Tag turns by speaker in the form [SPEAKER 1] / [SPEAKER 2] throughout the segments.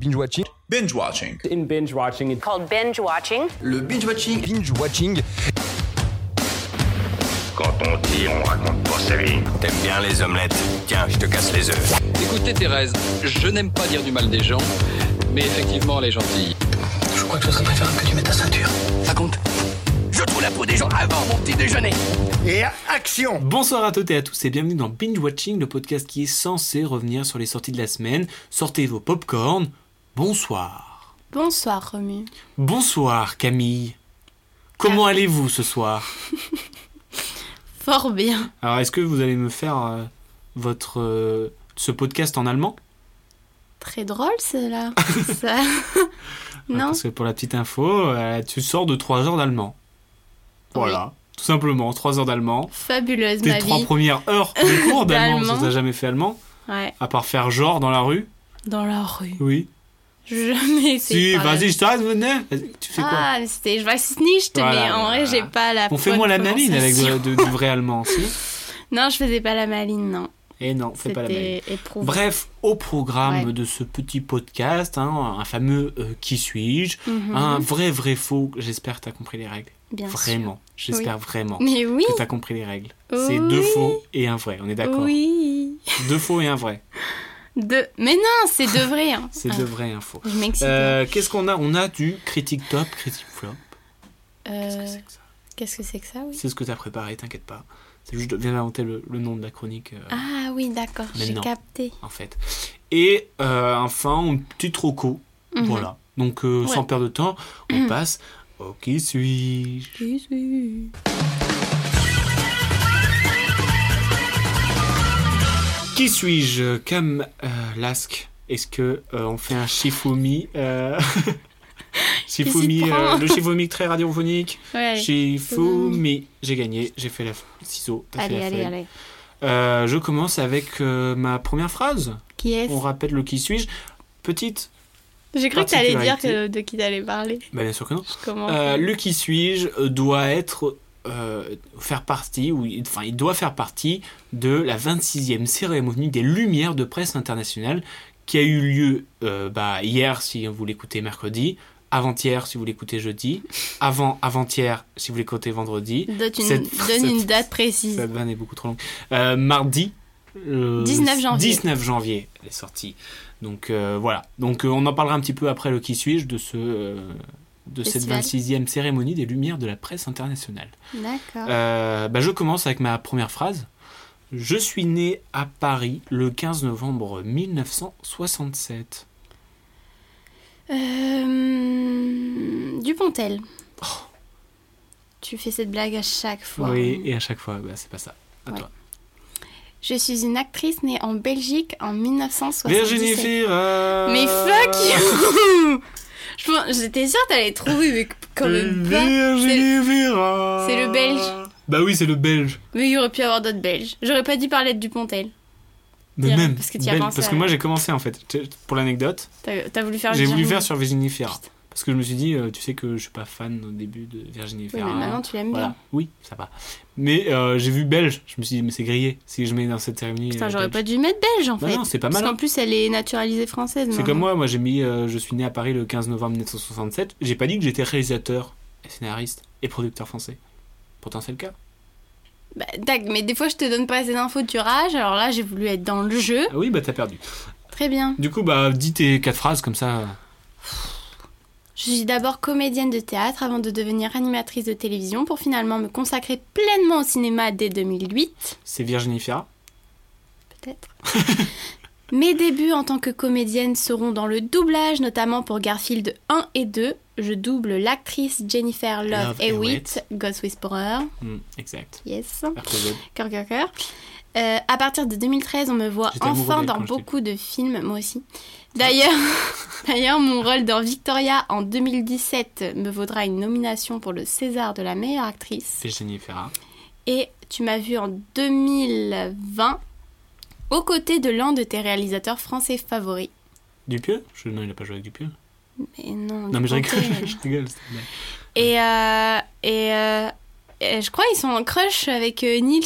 [SPEAKER 1] Binge watching.
[SPEAKER 2] Binge watching.
[SPEAKER 3] In binge watching, it
[SPEAKER 4] called binge watching.
[SPEAKER 2] Le binge watching.
[SPEAKER 1] Binge watching.
[SPEAKER 5] Quand on dit, on raconte pas sa vie. T'aimes bien les omelettes Tiens, je te casse les œufs.
[SPEAKER 6] Écoutez Thérèse, je n'aime pas dire du mal des gens, mais effectivement elle est gentille.
[SPEAKER 7] Je crois que ce serait préférable que tu mettes ta ceinture. Raconte.
[SPEAKER 5] Je trouve la peau des gens avant mon petit déjeuner.
[SPEAKER 8] Et action
[SPEAKER 9] Bonsoir à toutes et à tous et bienvenue dans Binge Watching, le podcast qui est censé revenir sur les sorties de la semaine. Sortez vos popcorn. Bonsoir.
[SPEAKER 10] Bonsoir Romu.
[SPEAKER 9] Bonsoir Camille. Comment
[SPEAKER 10] Ah.
[SPEAKER 9] allez-vous ce soir
[SPEAKER 10] Fort bien.
[SPEAKER 9] Alors est-ce que vous allez me faire euh, votre euh, ce podcast en allemand
[SPEAKER 10] Très drôle celle-là. Ça... non
[SPEAKER 9] Parce que pour la petite info, euh, tu sors de 3 heures d'allemand. Voilà, tout simplement, 3 heures d'allemand.
[SPEAKER 10] Fabuleuse
[SPEAKER 9] Tes
[SPEAKER 10] ma
[SPEAKER 9] trois
[SPEAKER 10] vie.
[SPEAKER 9] premières heures de cours d'allemand,
[SPEAKER 10] D'allemand.
[SPEAKER 9] ça t'as jamais fait allemand
[SPEAKER 10] Ouais,
[SPEAKER 9] À part faire genre dans la rue
[SPEAKER 10] dans la rue.
[SPEAKER 9] Oui.
[SPEAKER 10] J'ai jamais essayé.
[SPEAKER 9] Si,
[SPEAKER 10] de parler.
[SPEAKER 9] vas-y, je t'arrête, venez. Vas-y, Tu fais quoi
[SPEAKER 10] Ah, mais c'était je vais snitch, mais
[SPEAKER 9] Voilà.
[SPEAKER 10] en vrai, j'ai pas la
[SPEAKER 9] On fait moins la
[SPEAKER 10] bonne
[SPEAKER 9] maline avec de-
[SPEAKER 10] prononciation.
[SPEAKER 9] de- du vrai allemand, si
[SPEAKER 10] Non, je faisais pas la maline, non.
[SPEAKER 9] Et non, fais pas la maline.
[SPEAKER 10] C'était éprouvant.
[SPEAKER 9] Bref, au programme
[SPEAKER 10] Ouais.
[SPEAKER 9] de ce petit podcast, hein, un fameux euh, qui suis-je,
[SPEAKER 10] Mhm.
[SPEAKER 9] un vrai vrai faux, j'espère que t'as compris les règles.
[SPEAKER 10] Bien sûr.
[SPEAKER 9] vraiment, j'espère vraiment
[SPEAKER 10] Mais oui,
[SPEAKER 9] que t'as compris les règles. C'est
[SPEAKER 10] Oui.
[SPEAKER 9] deux faux et un vrai, on est d'accord
[SPEAKER 10] oui.
[SPEAKER 9] Deux faux et un vrai,
[SPEAKER 10] De... Mais non, c'est de vrai. hein.
[SPEAKER 9] c'est
[SPEAKER 10] Ah,
[SPEAKER 9] deux vrais et un faux.
[SPEAKER 10] Je m'excite. hein.
[SPEAKER 9] Euh, Qu'est-ce qu'on a On a du critique top, critique flop. Qu'est-ce que
[SPEAKER 10] Euh,
[SPEAKER 9] c'est que ça
[SPEAKER 10] Qu'est-ce que c'est que ça, oui
[SPEAKER 9] C'est ce que t'as préparé, t'inquiète pas. C'est juste, je viens d'inventer le, le nom de la chronique. euh,
[SPEAKER 10] Ah oui, d'accord,
[SPEAKER 9] Mais
[SPEAKER 10] j'ai
[SPEAKER 9] non.
[SPEAKER 10] capté.
[SPEAKER 9] en fait. Et euh, enfin, une petite roco.
[SPEAKER 10] Mhm.
[SPEAKER 9] Voilà. Donc, euh,
[SPEAKER 10] Ouais. Mhm.
[SPEAKER 9] sans perdre de temps, on passe au qui suis-je
[SPEAKER 10] Oui, oui.
[SPEAKER 9] Qui suis-je Cam euh, Lask, est-ce que euh, on fait un chifoumi euh, Chifoumi,
[SPEAKER 10] Qu'est-ce qu'il
[SPEAKER 9] euh,
[SPEAKER 10] prend
[SPEAKER 9] le chifoumi très radiophonique.
[SPEAKER 10] Mhm. Ouais.
[SPEAKER 9] Chifoumi, j'ai gagné, j'ai fait la f- ciseau, t'as fait
[SPEAKER 10] Allez,
[SPEAKER 9] la
[SPEAKER 10] allez,
[SPEAKER 9] feuille.
[SPEAKER 10] allez.
[SPEAKER 9] Euh, je commence avec euh, ma première phrase.
[SPEAKER 10] Qui est
[SPEAKER 9] On rappelle le qui suis-je. Petite,
[SPEAKER 10] J'ai cru que t'allais dire
[SPEAKER 9] particularité.
[SPEAKER 10] que- de qui t'allais parler.
[SPEAKER 9] bah, bien sûr que non.
[SPEAKER 10] Je commence.
[SPEAKER 9] Euh, le qui suis-je euh, doit être euh, faire partie ou il- enfin il doit faire partie de la 26e cérémonie des Lumières de presse internationale qui a eu lieu euh, bah, hier si vous l'écoutez mercredi, avant-hier si vous l'écoutez jeudi, avant avant-hier si vous l'écoutez vendredi.
[SPEAKER 10] Donne une,
[SPEAKER 9] cette-
[SPEAKER 10] donne
[SPEAKER 9] cette-
[SPEAKER 10] une date précise.
[SPEAKER 9] Cette vanne est beaucoup trop longue. Euh, mardi. le
[SPEAKER 10] 19 janvier.
[SPEAKER 9] 19 janvier, elle est sortie. Donc euh, voilà. Donc euh, on en parlera un petit peu après le qui suis-je de ce euh, de cette
[SPEAKER 10] Festival.
[SPEAKER 9] 26e cérémonie des Lumières de la presse internationale.
[SPEAKER 10] D'accord.
[SPEAKER 9] Euh, bah, je commence avec ma première phrase. Je suis né à Paris le 15 novembre 1967.
[SPEAKER 10] Euh, Dupontel. Tu fais cette blague à chaque fois.
[SPEAKER 9] Oui, et à chaque fois, bah, c'est pas ça. À
[SPEAKER 10] Ouais.
[SPEAKER 9] toi.
[SPEAKER 10] Je suis une actrice née en Belgique en 1977.
[SPEAKER 9] Virginie Fira
[SPEAKER 10] Mais fuck you Je pense- J'étais sûre que t'allais trouver, mais quand même pas.
[SPEAKER 9] Virginie Fira
[SPEAKER 10] c'est le Belge.
[SPEAKER 9] Bah oui, c'est le Belge.
[SPEAKER 10] Mais il y aurait pu y avoir d'autres Belges. J'aurais pas dû parler de Dupontel.
[SPEAKER 9] Mais
[SPEAKER 10] Tiens,
[SPEAKER 9] même.
[SPEAKER 10] parce que t'y as
[SPEAKER 9] Belge,
[SPEAKER 10] pensé
[SPEAKER 9] parce que
[SPEAKER 10] à-
[SPEAKER 9] moi, j'ai commencé en fait. T- Pour l'anecdote,
[SPEAKER 10] T'as t'as voulu faire
[SPEAKER 9] j'ai voulu
[SPEAKER 10] Virginie.
[SPEAKER 9] faire sur Virginie Fira.
[SPEAKER 10] Putain.
[SPEAKER 9] Parce que je me suis dit, euh, tu sais que je suis pas fan au début de Virginie
[SPEAKER 10] Oui,
[SPEAKER 9] Fira.
[SPEAKER 10] mais maintenant tu l'aimes
[SPEAKER 9] Ah. Voilà.
[SPEAKER 10] bien.
[SPEAKER 9] Oui, ça va. Mais euh, j'ai vu belge. Je me suis dit, mais c'est grillé. Si je mets dans cette cérémonie.
[SPEAKER 10] Putain,
[SPEAKER 9] euh,
[SPEAKER 10] j'aurais pas
[SPEAKER 9] belge.
[SPEAKER 10] dû mettre belge en
[SPEAKER 9] Bah
[SPEAKER 10] fait. hein.
[SPEAKER 9] non, c'est pas
[SPEAKER 10] Parce
[SPEAKER 9] mal. hein.
[SPEAKER 10] qu'en plus, elle est naturalisée française.
[SPEAKER 9] C'est
[SPEAKER 10] maintenant.
[SPEAKER 9] comme moi. Moi, j'ai mis. euh, je suis né à Paris le 15 novembre 1967. J'ai pas dit que j'étais réalisateur, et scénariste et producteur français. Pourtant, c'est le cas.
[SPEAKER 10] Bah, tac, mais des fois, je te donne pas assez d'infos du rage. Alors là, j'ai voulu être dans le jeu.
[SPEAKER 9] Ah oui, bah t'as perdu.
[SPEAKER 10] Très bien.
[SPEAKER 9] Du coup, bah dis tes quatre phrases comme ça.
[SPEAKER 10] Je suis d'abord comédienne de théâtre avant de devenir animatrice de télévision pour finalement me consacrer pleinement au cinéma dès 2008,
[SPEAKER 9] C'est Virginie Fira.
[SPEAKER 10] peut-être. Mes débuts en tant que comédienne seront dans le doublage, notamment pour Garfield 1 et 2. Je double l'actrice Jennifer Love,
[SPEAKER 9] Love
[SPEAKER 10] Hewitt, Ghost Whisperer.
[SPEAKER 9] Hmm, exact.
[SPEAKER 10] Yes.
[SPEAKER 9] RTZ.
[SPEAKER 10] Cœur, cœur, cœur. Euh, à partir de 2013, on me voit
[SPEAKER 9] J'étais amoureux
[SPEAKER 10] enfin
[SPEAKER 9] d'elle
[SPEAKER 10] dans
[SPEAKER 9] quand j'étais
[SPEAKER 10] beaucoup de films, moi aussi. D'ailleurs, d'ailleurs, mon rôle dans Victoria en 2017 me vaudra une nomination pour le César de la meilleure actrice.
[SPEAKER 9] Virginie Fira.
[SPEAKER 10] Et tu m'as vu en 2020 aux côtés de l'un de tes réalisateurs français favoris.
[SPEAKER 9] Dupieux je... Non, il a pas joué avec Dupieux.
[SPEAKER 10] Mais non,
[SPEAKER 9] Non, mais je
[SPEAKER 10] Dupontel.
[SPEAKER 9] rigole. je rigole. c'est une blague.
[SPEAKER 10] Et, euh, et, euh, et je crois qu'ils sont en crush avec euh, Nils.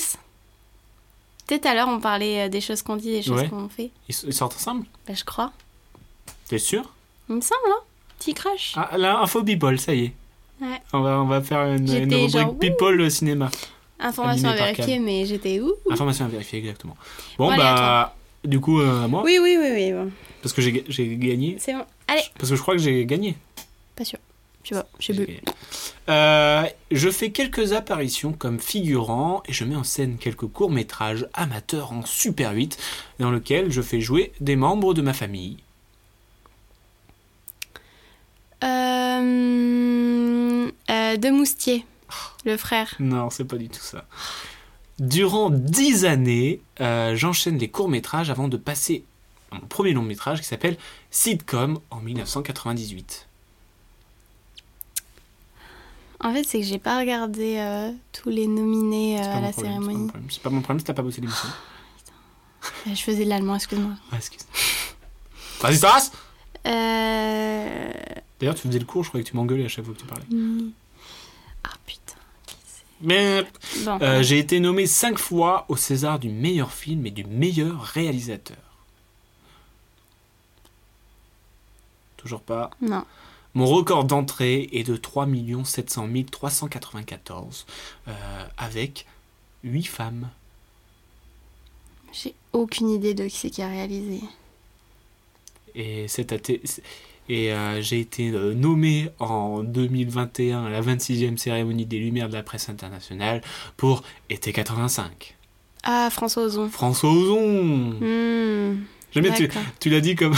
[SPEAKER 10] Peut-être alors on parlait euh, des choses qu'on dit, des choses
[SPEAKER 9] Ouais.
[SPEAKER 10] qu'on fait.
[SPEAKER 9] Ils s- ils sortent ensemble
[SPEAKER 10] Bah, je crois.
[SPEAKER 9] T'es sûr
[SPEAKER 10] Il me semble, hein Petit crash.
[SPEAKER 9] Ah, là, info people, ça y est.
[SPEAKER 10] Ouais.
[SPEAKER 9] On va, on va faire une,
[SPEAKER 10] J'étais
[SPEAKER 9] une rubrique
[SPEAKER 10] genre, ouh.
[SPEAKER 9] people au cinéma.
[SPEAKER 10] Ah, Information à
[SPEAKER 9] Animé par Ah.
[SPEAKER 10] vérifier, mais j'étais où
[SPEAKER 9] Information à vérifier, exactement. Bon,
[SPEAKER 10] Bon, allez,
[SPEAKER 9] bah, du coup, euh, moi,
[SPEAKER 10] Oui, oui, oui, oui, bon.
[SPEAKER 9] parce que j'ai j'ai gagné.
[SPEAKER 10] C'est bon. Allez,
[SPEAKER 9] Parce que je crois que j'ai gagné.
[SPEAKER 10] pas sûr. Je sais pas, je sais
[SPEAKER 9] J'ai
[SPEAKER 10] plus.
[SPEAKER 9] gagné. Euh, je fais quelques apparitions comme figurant et je mets en scène quelques courts-métrages amateurs en Super 8 dans lequel je fais jouer des membres de ma famille.
[SPEAKER 10] Euh, euh, de Moustier,
[SPEAKER 9] Oh.
[SPEAKER 10] le frère.
[SPEAKER 9] Non, c'est pas du tout ça. Durant dix années, euh, j'enchaîne les courts-métrages avant de passer à mon premier long-métrage qui s'appelle Sitcom en 1998.
[SPEAKER 10] En fait, c'est que j'ai pas regardé euh, tous les nominés euh,
[SPEAKER 9] C'est pas mon
[SPEAKER 10] à
[SPEAKER 9] problème, c'est pas mon
[SPEAKER 10] la cérémonie.
[SPEAKER 9] problème. C'est pas mon problème si t'as pas bossé l'émission.
[SPEAKER 10] Euh, Je faisais de l'allemand, excuse-moi.
[SPEAKER 9] Ah, excuse. Vas-y, Taras
[SPEAKER 10] Euh...
[SPEAKER 9] D'ailleurs, tu faisais le cours, je croyais que tu m'engueulais à chaque fois que tu parlais.
[SPEAKER 10] Ah putain.
[SPEAKER 9] Mais
[SPEAKER 10] Bon.
[SPEAKER 9] euh, j'ai été nommé cinq fois au César du meilleur film et du meilleur réalisateur. Toujours pas.
[SPEAKER 10] Non.
[SPEAKER 9] Mon record d'entrée est de 3 700 394 euh, avec 8 femmes.
[SPEAKER 10] J'ai aucune idée de qui c'est qui a réalisé.
[SPEAKER 9] Et, cette athée- et euh, j'ai été euh, nommé en 2021 à la 26e cérémonie des Lumières de la presse internationale pour Été 85.
[SPEAKER 10] Ah, François Ozon.
[SPEAKER 9] François Ozon
[SPEAKER 10] Hmm,
[SPEAKER 9] Jamais Mm. tu,
[SPEAKER 10] d'accord.
[SPEAKER 9] tu l'as dit comme...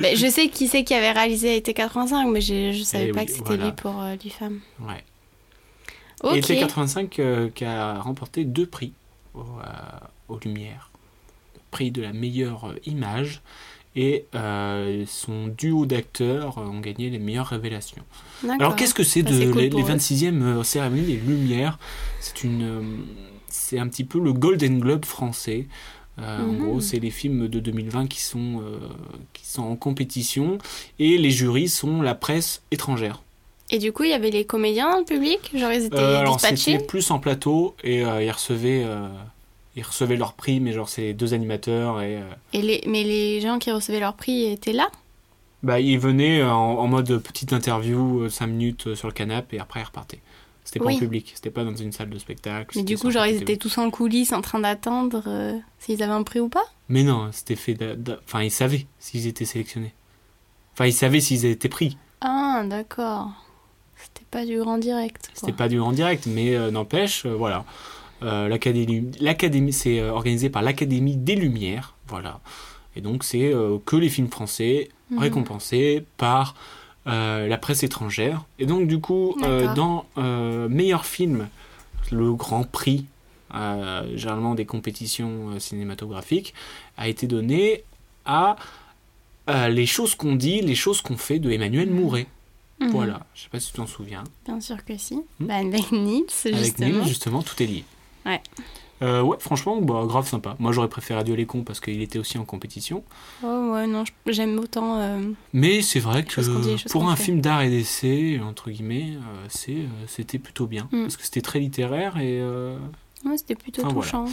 [SPEAKER 10] Mais je sais qui c'est qui avait réalisé Été 85, mais j'ai- je, savais
[SPEAKER 9] Eh
[SPEAKER 10] pas
[SPEAKER 9] oui,
[SPEAKER 10] que c'était
[SPEAKER 9] voilà.
[SPEAKER 10] lui pour euh, Femme.
[SPEAKER 9] Ouais.
[SPEAKER 10] Ok.
[SPEAKER 9] Été 85 euh, qui a remporté deux prix au, euh, aux Lumières. Le prix de la meilleure euh, image et euh, son duo d'acteurs euh, ont gagné les meilleures révélations. Alors qu'est-ce que c'est
[SPEAKER 10] Bah,
[SPEAKER 9] de
[SPEAKER 10] c'est cool
[SPEAKER 9] les,
[SPEAKER 10] pour
[SPEAKER 9] les
[SPEAKER 10] eux.
[SPEAKER 9] 26e euh, cérémonies des Lumières C'est une, euh, c'est un petit peu le Golden Globe français. Euh, En
[SPEAKER 10] Mhm.
[SPEAKER 9] gros, c'est les films de 2020 qui sont, euh, qui sont en compétition et les jurys sont la presse étrangère.
[SPEAKER 10] Et du coup, il y avait les comédiens dans le public Genre, ils étaient
[SPEAKER 9] Euh, alors
[SPEAKER 10] dispatchés
[SPEAKER 9] c'était plus en plateau et euh, ils recevaient euh, ils recevaient leur prix mais genre c'est deux animateurs et euh,
[SPEAKER 10] et les... Mais les gens qui recevaient leur prix étaient là
[SPEAKER 9] bah ils venaient en, en mode petite interview 5 minutes euh, sur le canapé et après ils repartaient. C'était pas
[SPEAKER 10] Oui.
[SPEAKER 9] en public, c'était pas dans une salle de spectacle.
[SPEAKER 10] Mais
[SPEAKER 9] c'était
[SPEAKER 10] du
[SPEAKER 9] sur
[SPEAKER 10] coup,
[SPEAKER 9] un
[SPEAKER 10] genre,
[SPEAKER 9] petit
[SPEAKER 10] ils étaient
[SPEAKER 9] théâtre.
[SPEAKER 10] tous en coulisses en train d'attendre euh, s'ils avaient un prix ou pas
[SPEAKER 9] Mais non, c'était fait d'a- d'a- enfin ils savaient s'ils étaient sélectionnés. Enfin ils savaient s'ils étaient pris.
[SPEAKER 10] Ah, d'accord. C'était pas du grand direct. quoi.
[SPEAKER 9] C'était pas du en direct mais euh, n'empêche euh, voilà. Euh, L'académie, l'académie- c'est euh, organisé par l'Académie des Lumières, voilà. Et donc c'est euh, que les films français
[SPEAKER 10] Mhm.
[SPEAKER 9] récompensé par euh, la presse étrangère. Et donc, du coup, euh,
[SPEAKER 10] D'accord.
[SPEAKER 9] dans euh, meilleur film, le grand prix, euh, généralement des compétitions euh, cinématographiques, a été donné à euh, Les choses qu'on dit, les choses qu'on fait de Emmanuel Mouret.
[SPEAKER 10] Mhm.
[SPEAKER 9] Voilà, je sais pas si tu t'en souviens.
[SPEAKER 10] Bien sûr que si. Bah, avec Nils,
[SPEAKER 9] Avec
[SPEAKER 10] justement.
[SPEAKER 9] Nîmes, justement, tout est lié.
[SPEAKER 10] Ouais.
[SPEAKER 9] Euh, ouais, franchement, bah, grave sympa. Moi, j'aurais préféré Dieu les cons parce qu'il était aussi en compétition.
[SPEAKER 10] Oh, ouais, non, je- j'aime autant. euh,
[SPEAKER 9] Mais c'est vrai que
[SPEAKER 10] choses qu'on dit, les choses
[SPEAKER 9] pour
[SPEAKER 10] qu'on
[SPEAKER 9] un
[SPEAKER 10] fait.
[SPEAKER 9] film d'art et d'essai, entre guillemets, euh, c'est, euh, c'était plutôt bien.
[SPEAKER 10] Mm.
[SPEAKER 9] Parce que c'était très littéraire. Et euh,
[SPEAKER 10] ouais, c'était plutôt
[SPEAKER 9] Enfin, voilà.
[SPEAKER 10] touchant.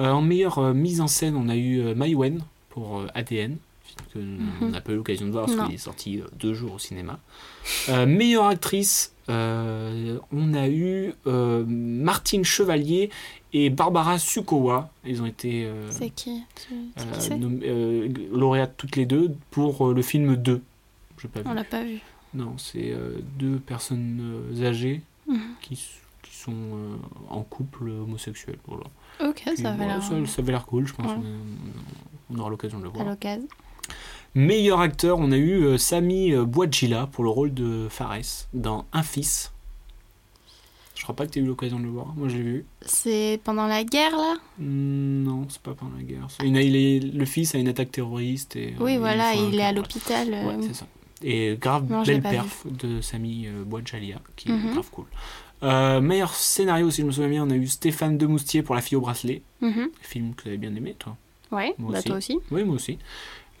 [SPEAKER 9] euh, en meilleure euh, mise en scène, on a eu euh, Mai Wen pour euh, ADN, film que on n'a pas eu l'occasion de voir parce
[SPEAKER 10] Mm-hmm. Non.
[SPEAKER 9] qu'il est sorti euh, deux jours au cinéma. Euh, meilleure actrice, euh, on a eu euh, Martine Chevalier et Barbara Sukowa. Ils ont été euh,
[SPEAKER 10] C'est qui Tu- tu
[SPEAKER 9] euh,
[SPEAKER 10] le sais
[SPEAKER 9] nommées- euh, lauréates toutes les deux pour euh, le film 2. Je pas vu.
[SPEAKER 10] On l'a pas vu.
[SPEAKER 9] Non, c'est euh, deux personnes euh, âgées
[SPEAKER 10] Mhm.
[SPEAKER 9] qui, s- qui sont euh, en couple homosexuel. Voilà.
[SPEAKER 10] Ok,
[SPEAKER 9] Puis,
[SPEAKER 10] ça va
[SPEAKER 9] voilà,
[SPEAKER 10] l'air. euh,
[SPEAKER 9] ça, ça avait l'air cool, je pense.
[SPEAKER 10] Ouais.
[SPEAKER 9] On, on aura l'occasion de le
[SPEAKER 10] À
[SPEAKER 9] voir.
[SPEAKER 10] l'occasion.
[SPEAKER 9] Meilleur acteur, on a eu euh, Sami euh, Bouadjila pour le rôle de Fares dans Un fils. Je crois pas que tu as eu l'occasion de le voir. Moi, je l'ai vu.
[SPEAKER 10] C'est pendant la guerre, là
[SPEAKER 9] Hmm, Non, c'est pas pendant la guerre. C'est une- il est- le fils a une attaque terroriste. Et, euh,
[SPEAKER 10] Oui,
[SPEAKER 9] il
[SPEAKER 10] voilà,
[SPEAKER 9] faut un-
[SPEAKER 10] il est
[SPEAKER 9] voilà.
[SPEAKER 10] à l'hôpital. euh,
[SPEAKER 9] Ouais, c'est ça. Et grave
[SPEAKER 10] Non, je l'ai
[SPEAKER 9] belle
[SPEAKER 10] pas vu.
[SPEAKER 9] perf de Samy euh, Bouadjalia, qui
[SPEAKER 10] Mhm.
[SPEAKER 9] est grave cool. Euh, meilleur scénario, si je me souviens bien, on a eu Stéphane Demoustier pour La fille au bracelet,
[SPEAKER 10] Mhm.
[SPEAKER 9] film que tu avais bien aimé, toi.
[SPEAKER 10] Ouais,
[SPEAKER 9] Moi
[SPEAKER 10] bah,
[SPEAKER 9] aussi.
[SPEAKER 10] toi aussi.
[SPEAKER 9] Oui, moi aussi.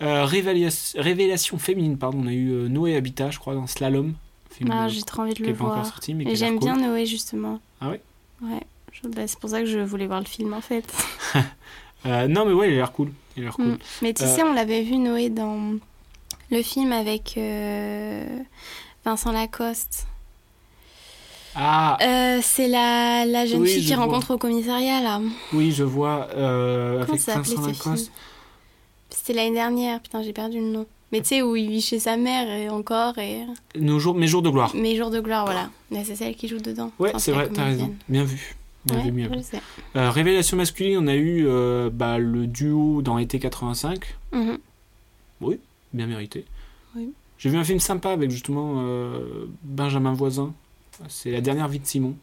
[SPEAKER 9] Euh, Révélia- Révélation féminine, pardon, on a eu euh, Noé Habitat, je crois, dans Slalom, film
[SPEAKER 10] Ah,
[SPEAKER 9] euh,
[SPEAKER 10] J'ai trop envie de
[SPEAKER 9] qui
[SPEAKER 10] le
[SPEAKER 9] n'est pas encore
[SPEAKER 10] voir.
[SPEAKER 9] sorti, mais qui a
[SPEAKER 10] Et
[SPEAKER 9] l'air
[SPEAKER 10] j'aime
[SPEAKER 9] cool.
[SPEAKER 10] bien Noé, justement.
[SPEAKER 9] Ah ouais
[SPEAKER 10] Ouais. Je- bah, c'est pour ça que je voulais voir le film, en fait.
[SPEAKER 9] Euh, non, mais ouais, il a l'air cool. Il a l'air cool.
[SPEAKER 10] Mm. Mais tu sais, on l'avait vu Noé dans Le film avec euh, Vincent Lacoste.
[SPEAKER 9] Ah,
[SPEAKER 10] Euh, c'est la, la jeune
[SPEAKER 9] Oui,
[SPEAKER 10] fille
[SPEAKER 9] je
[SPEAKER 10] qui
[SPEAKER 9] vois.
[SPEAKER 10] rencontre au commissariat, là.
[SPEAKER 9] oui, je vois. euh,
[SPEAKER 10] Comment
[SPEAKER 9] avec
[SPEAKER 10] ça s'appelait
[SPEAKER 9] Vincent
[SPEAKER 10] ce film
[SPEAKER 9] Lacoste.
[SPEAKER 10] C'était l'année dernière, putain, j'ai perdu le nom. Mais tu sais, où il vit chez sa mère et encore, et...
[SPEAKER 9] Nos jours, mes jours de gloire.
[SPEAKER 10] Mes jours de gloire, voilà. Mais c'est celle qui joue dedans.
[SPEAKER 9] Ouais,
[SPEAKER 10] Enfin,
[SPEAKER 9] c'est
[SPEAKER 10] la
[SPEAKER 9] vrai, t'as raison.
[SPEAKER 10] comédienne.
[SPEAKER 9] Bien vu. Bien vu, bien
[SPEAKER 10] Ouais,
[SPEAKER 9] vu.
[SPEAKER 10] je sais.
[SPEAKER 9] Euh, révélation masculine, on a eu euh, bah, le duo dans Été 85,
[SPEAKER 10] Mhm.
[SPEAKER 9] bien mérité.
[SPEAKER 10] Oui.
[SPEAKER 9] J'ai vu un film sympa avec justement euh, Benjamin Voisin. C'est La dernière vie de Simon.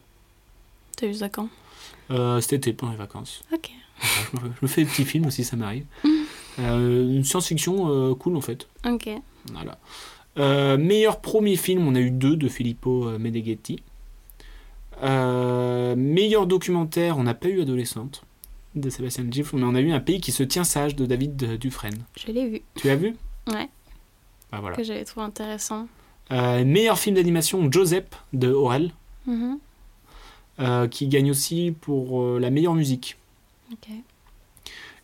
[SPEAKER 10] T'as vu ça quand
[SPEAKER 9] Euh, cet été, pendant les vacances.
[SPEAKER 10] Ok. Mm.
[SPEAKER 9] je, me, je me fais des petits films aussi, ça m'arrive. Euh, une science-fiction euh, cool en fait.
[SPEAKER 10] Ok.
[SPEAKER 9] Voilà. Euh, meilleur premier film, on a eu deux de Filippo euh, Medeghetti. Euh, meilleur documentaire, on n'a pas eu Adolescente de Sébastien Gifle, mais on a eu Un pays qui se tient sage de David euh, Dufresne.
[SPEAKER 10] Je l'ai vu,
[SPEAKER 9] Tu l'as vu
[SPEAKER 10] Ouais.
[SPEAKER 9] Bah voilà.
[SPEAKER 10] que j'avais trouvé intéressant.
[SPEAKER 9] Euh, meilleur film d'animation, Joseph de Aurel,
[SPEAKER 10] Mhm.
[SPEAKER 9] euh, qui gagne aussi pour euh, la meilleure musique.
[SPEAKER 10] Ok.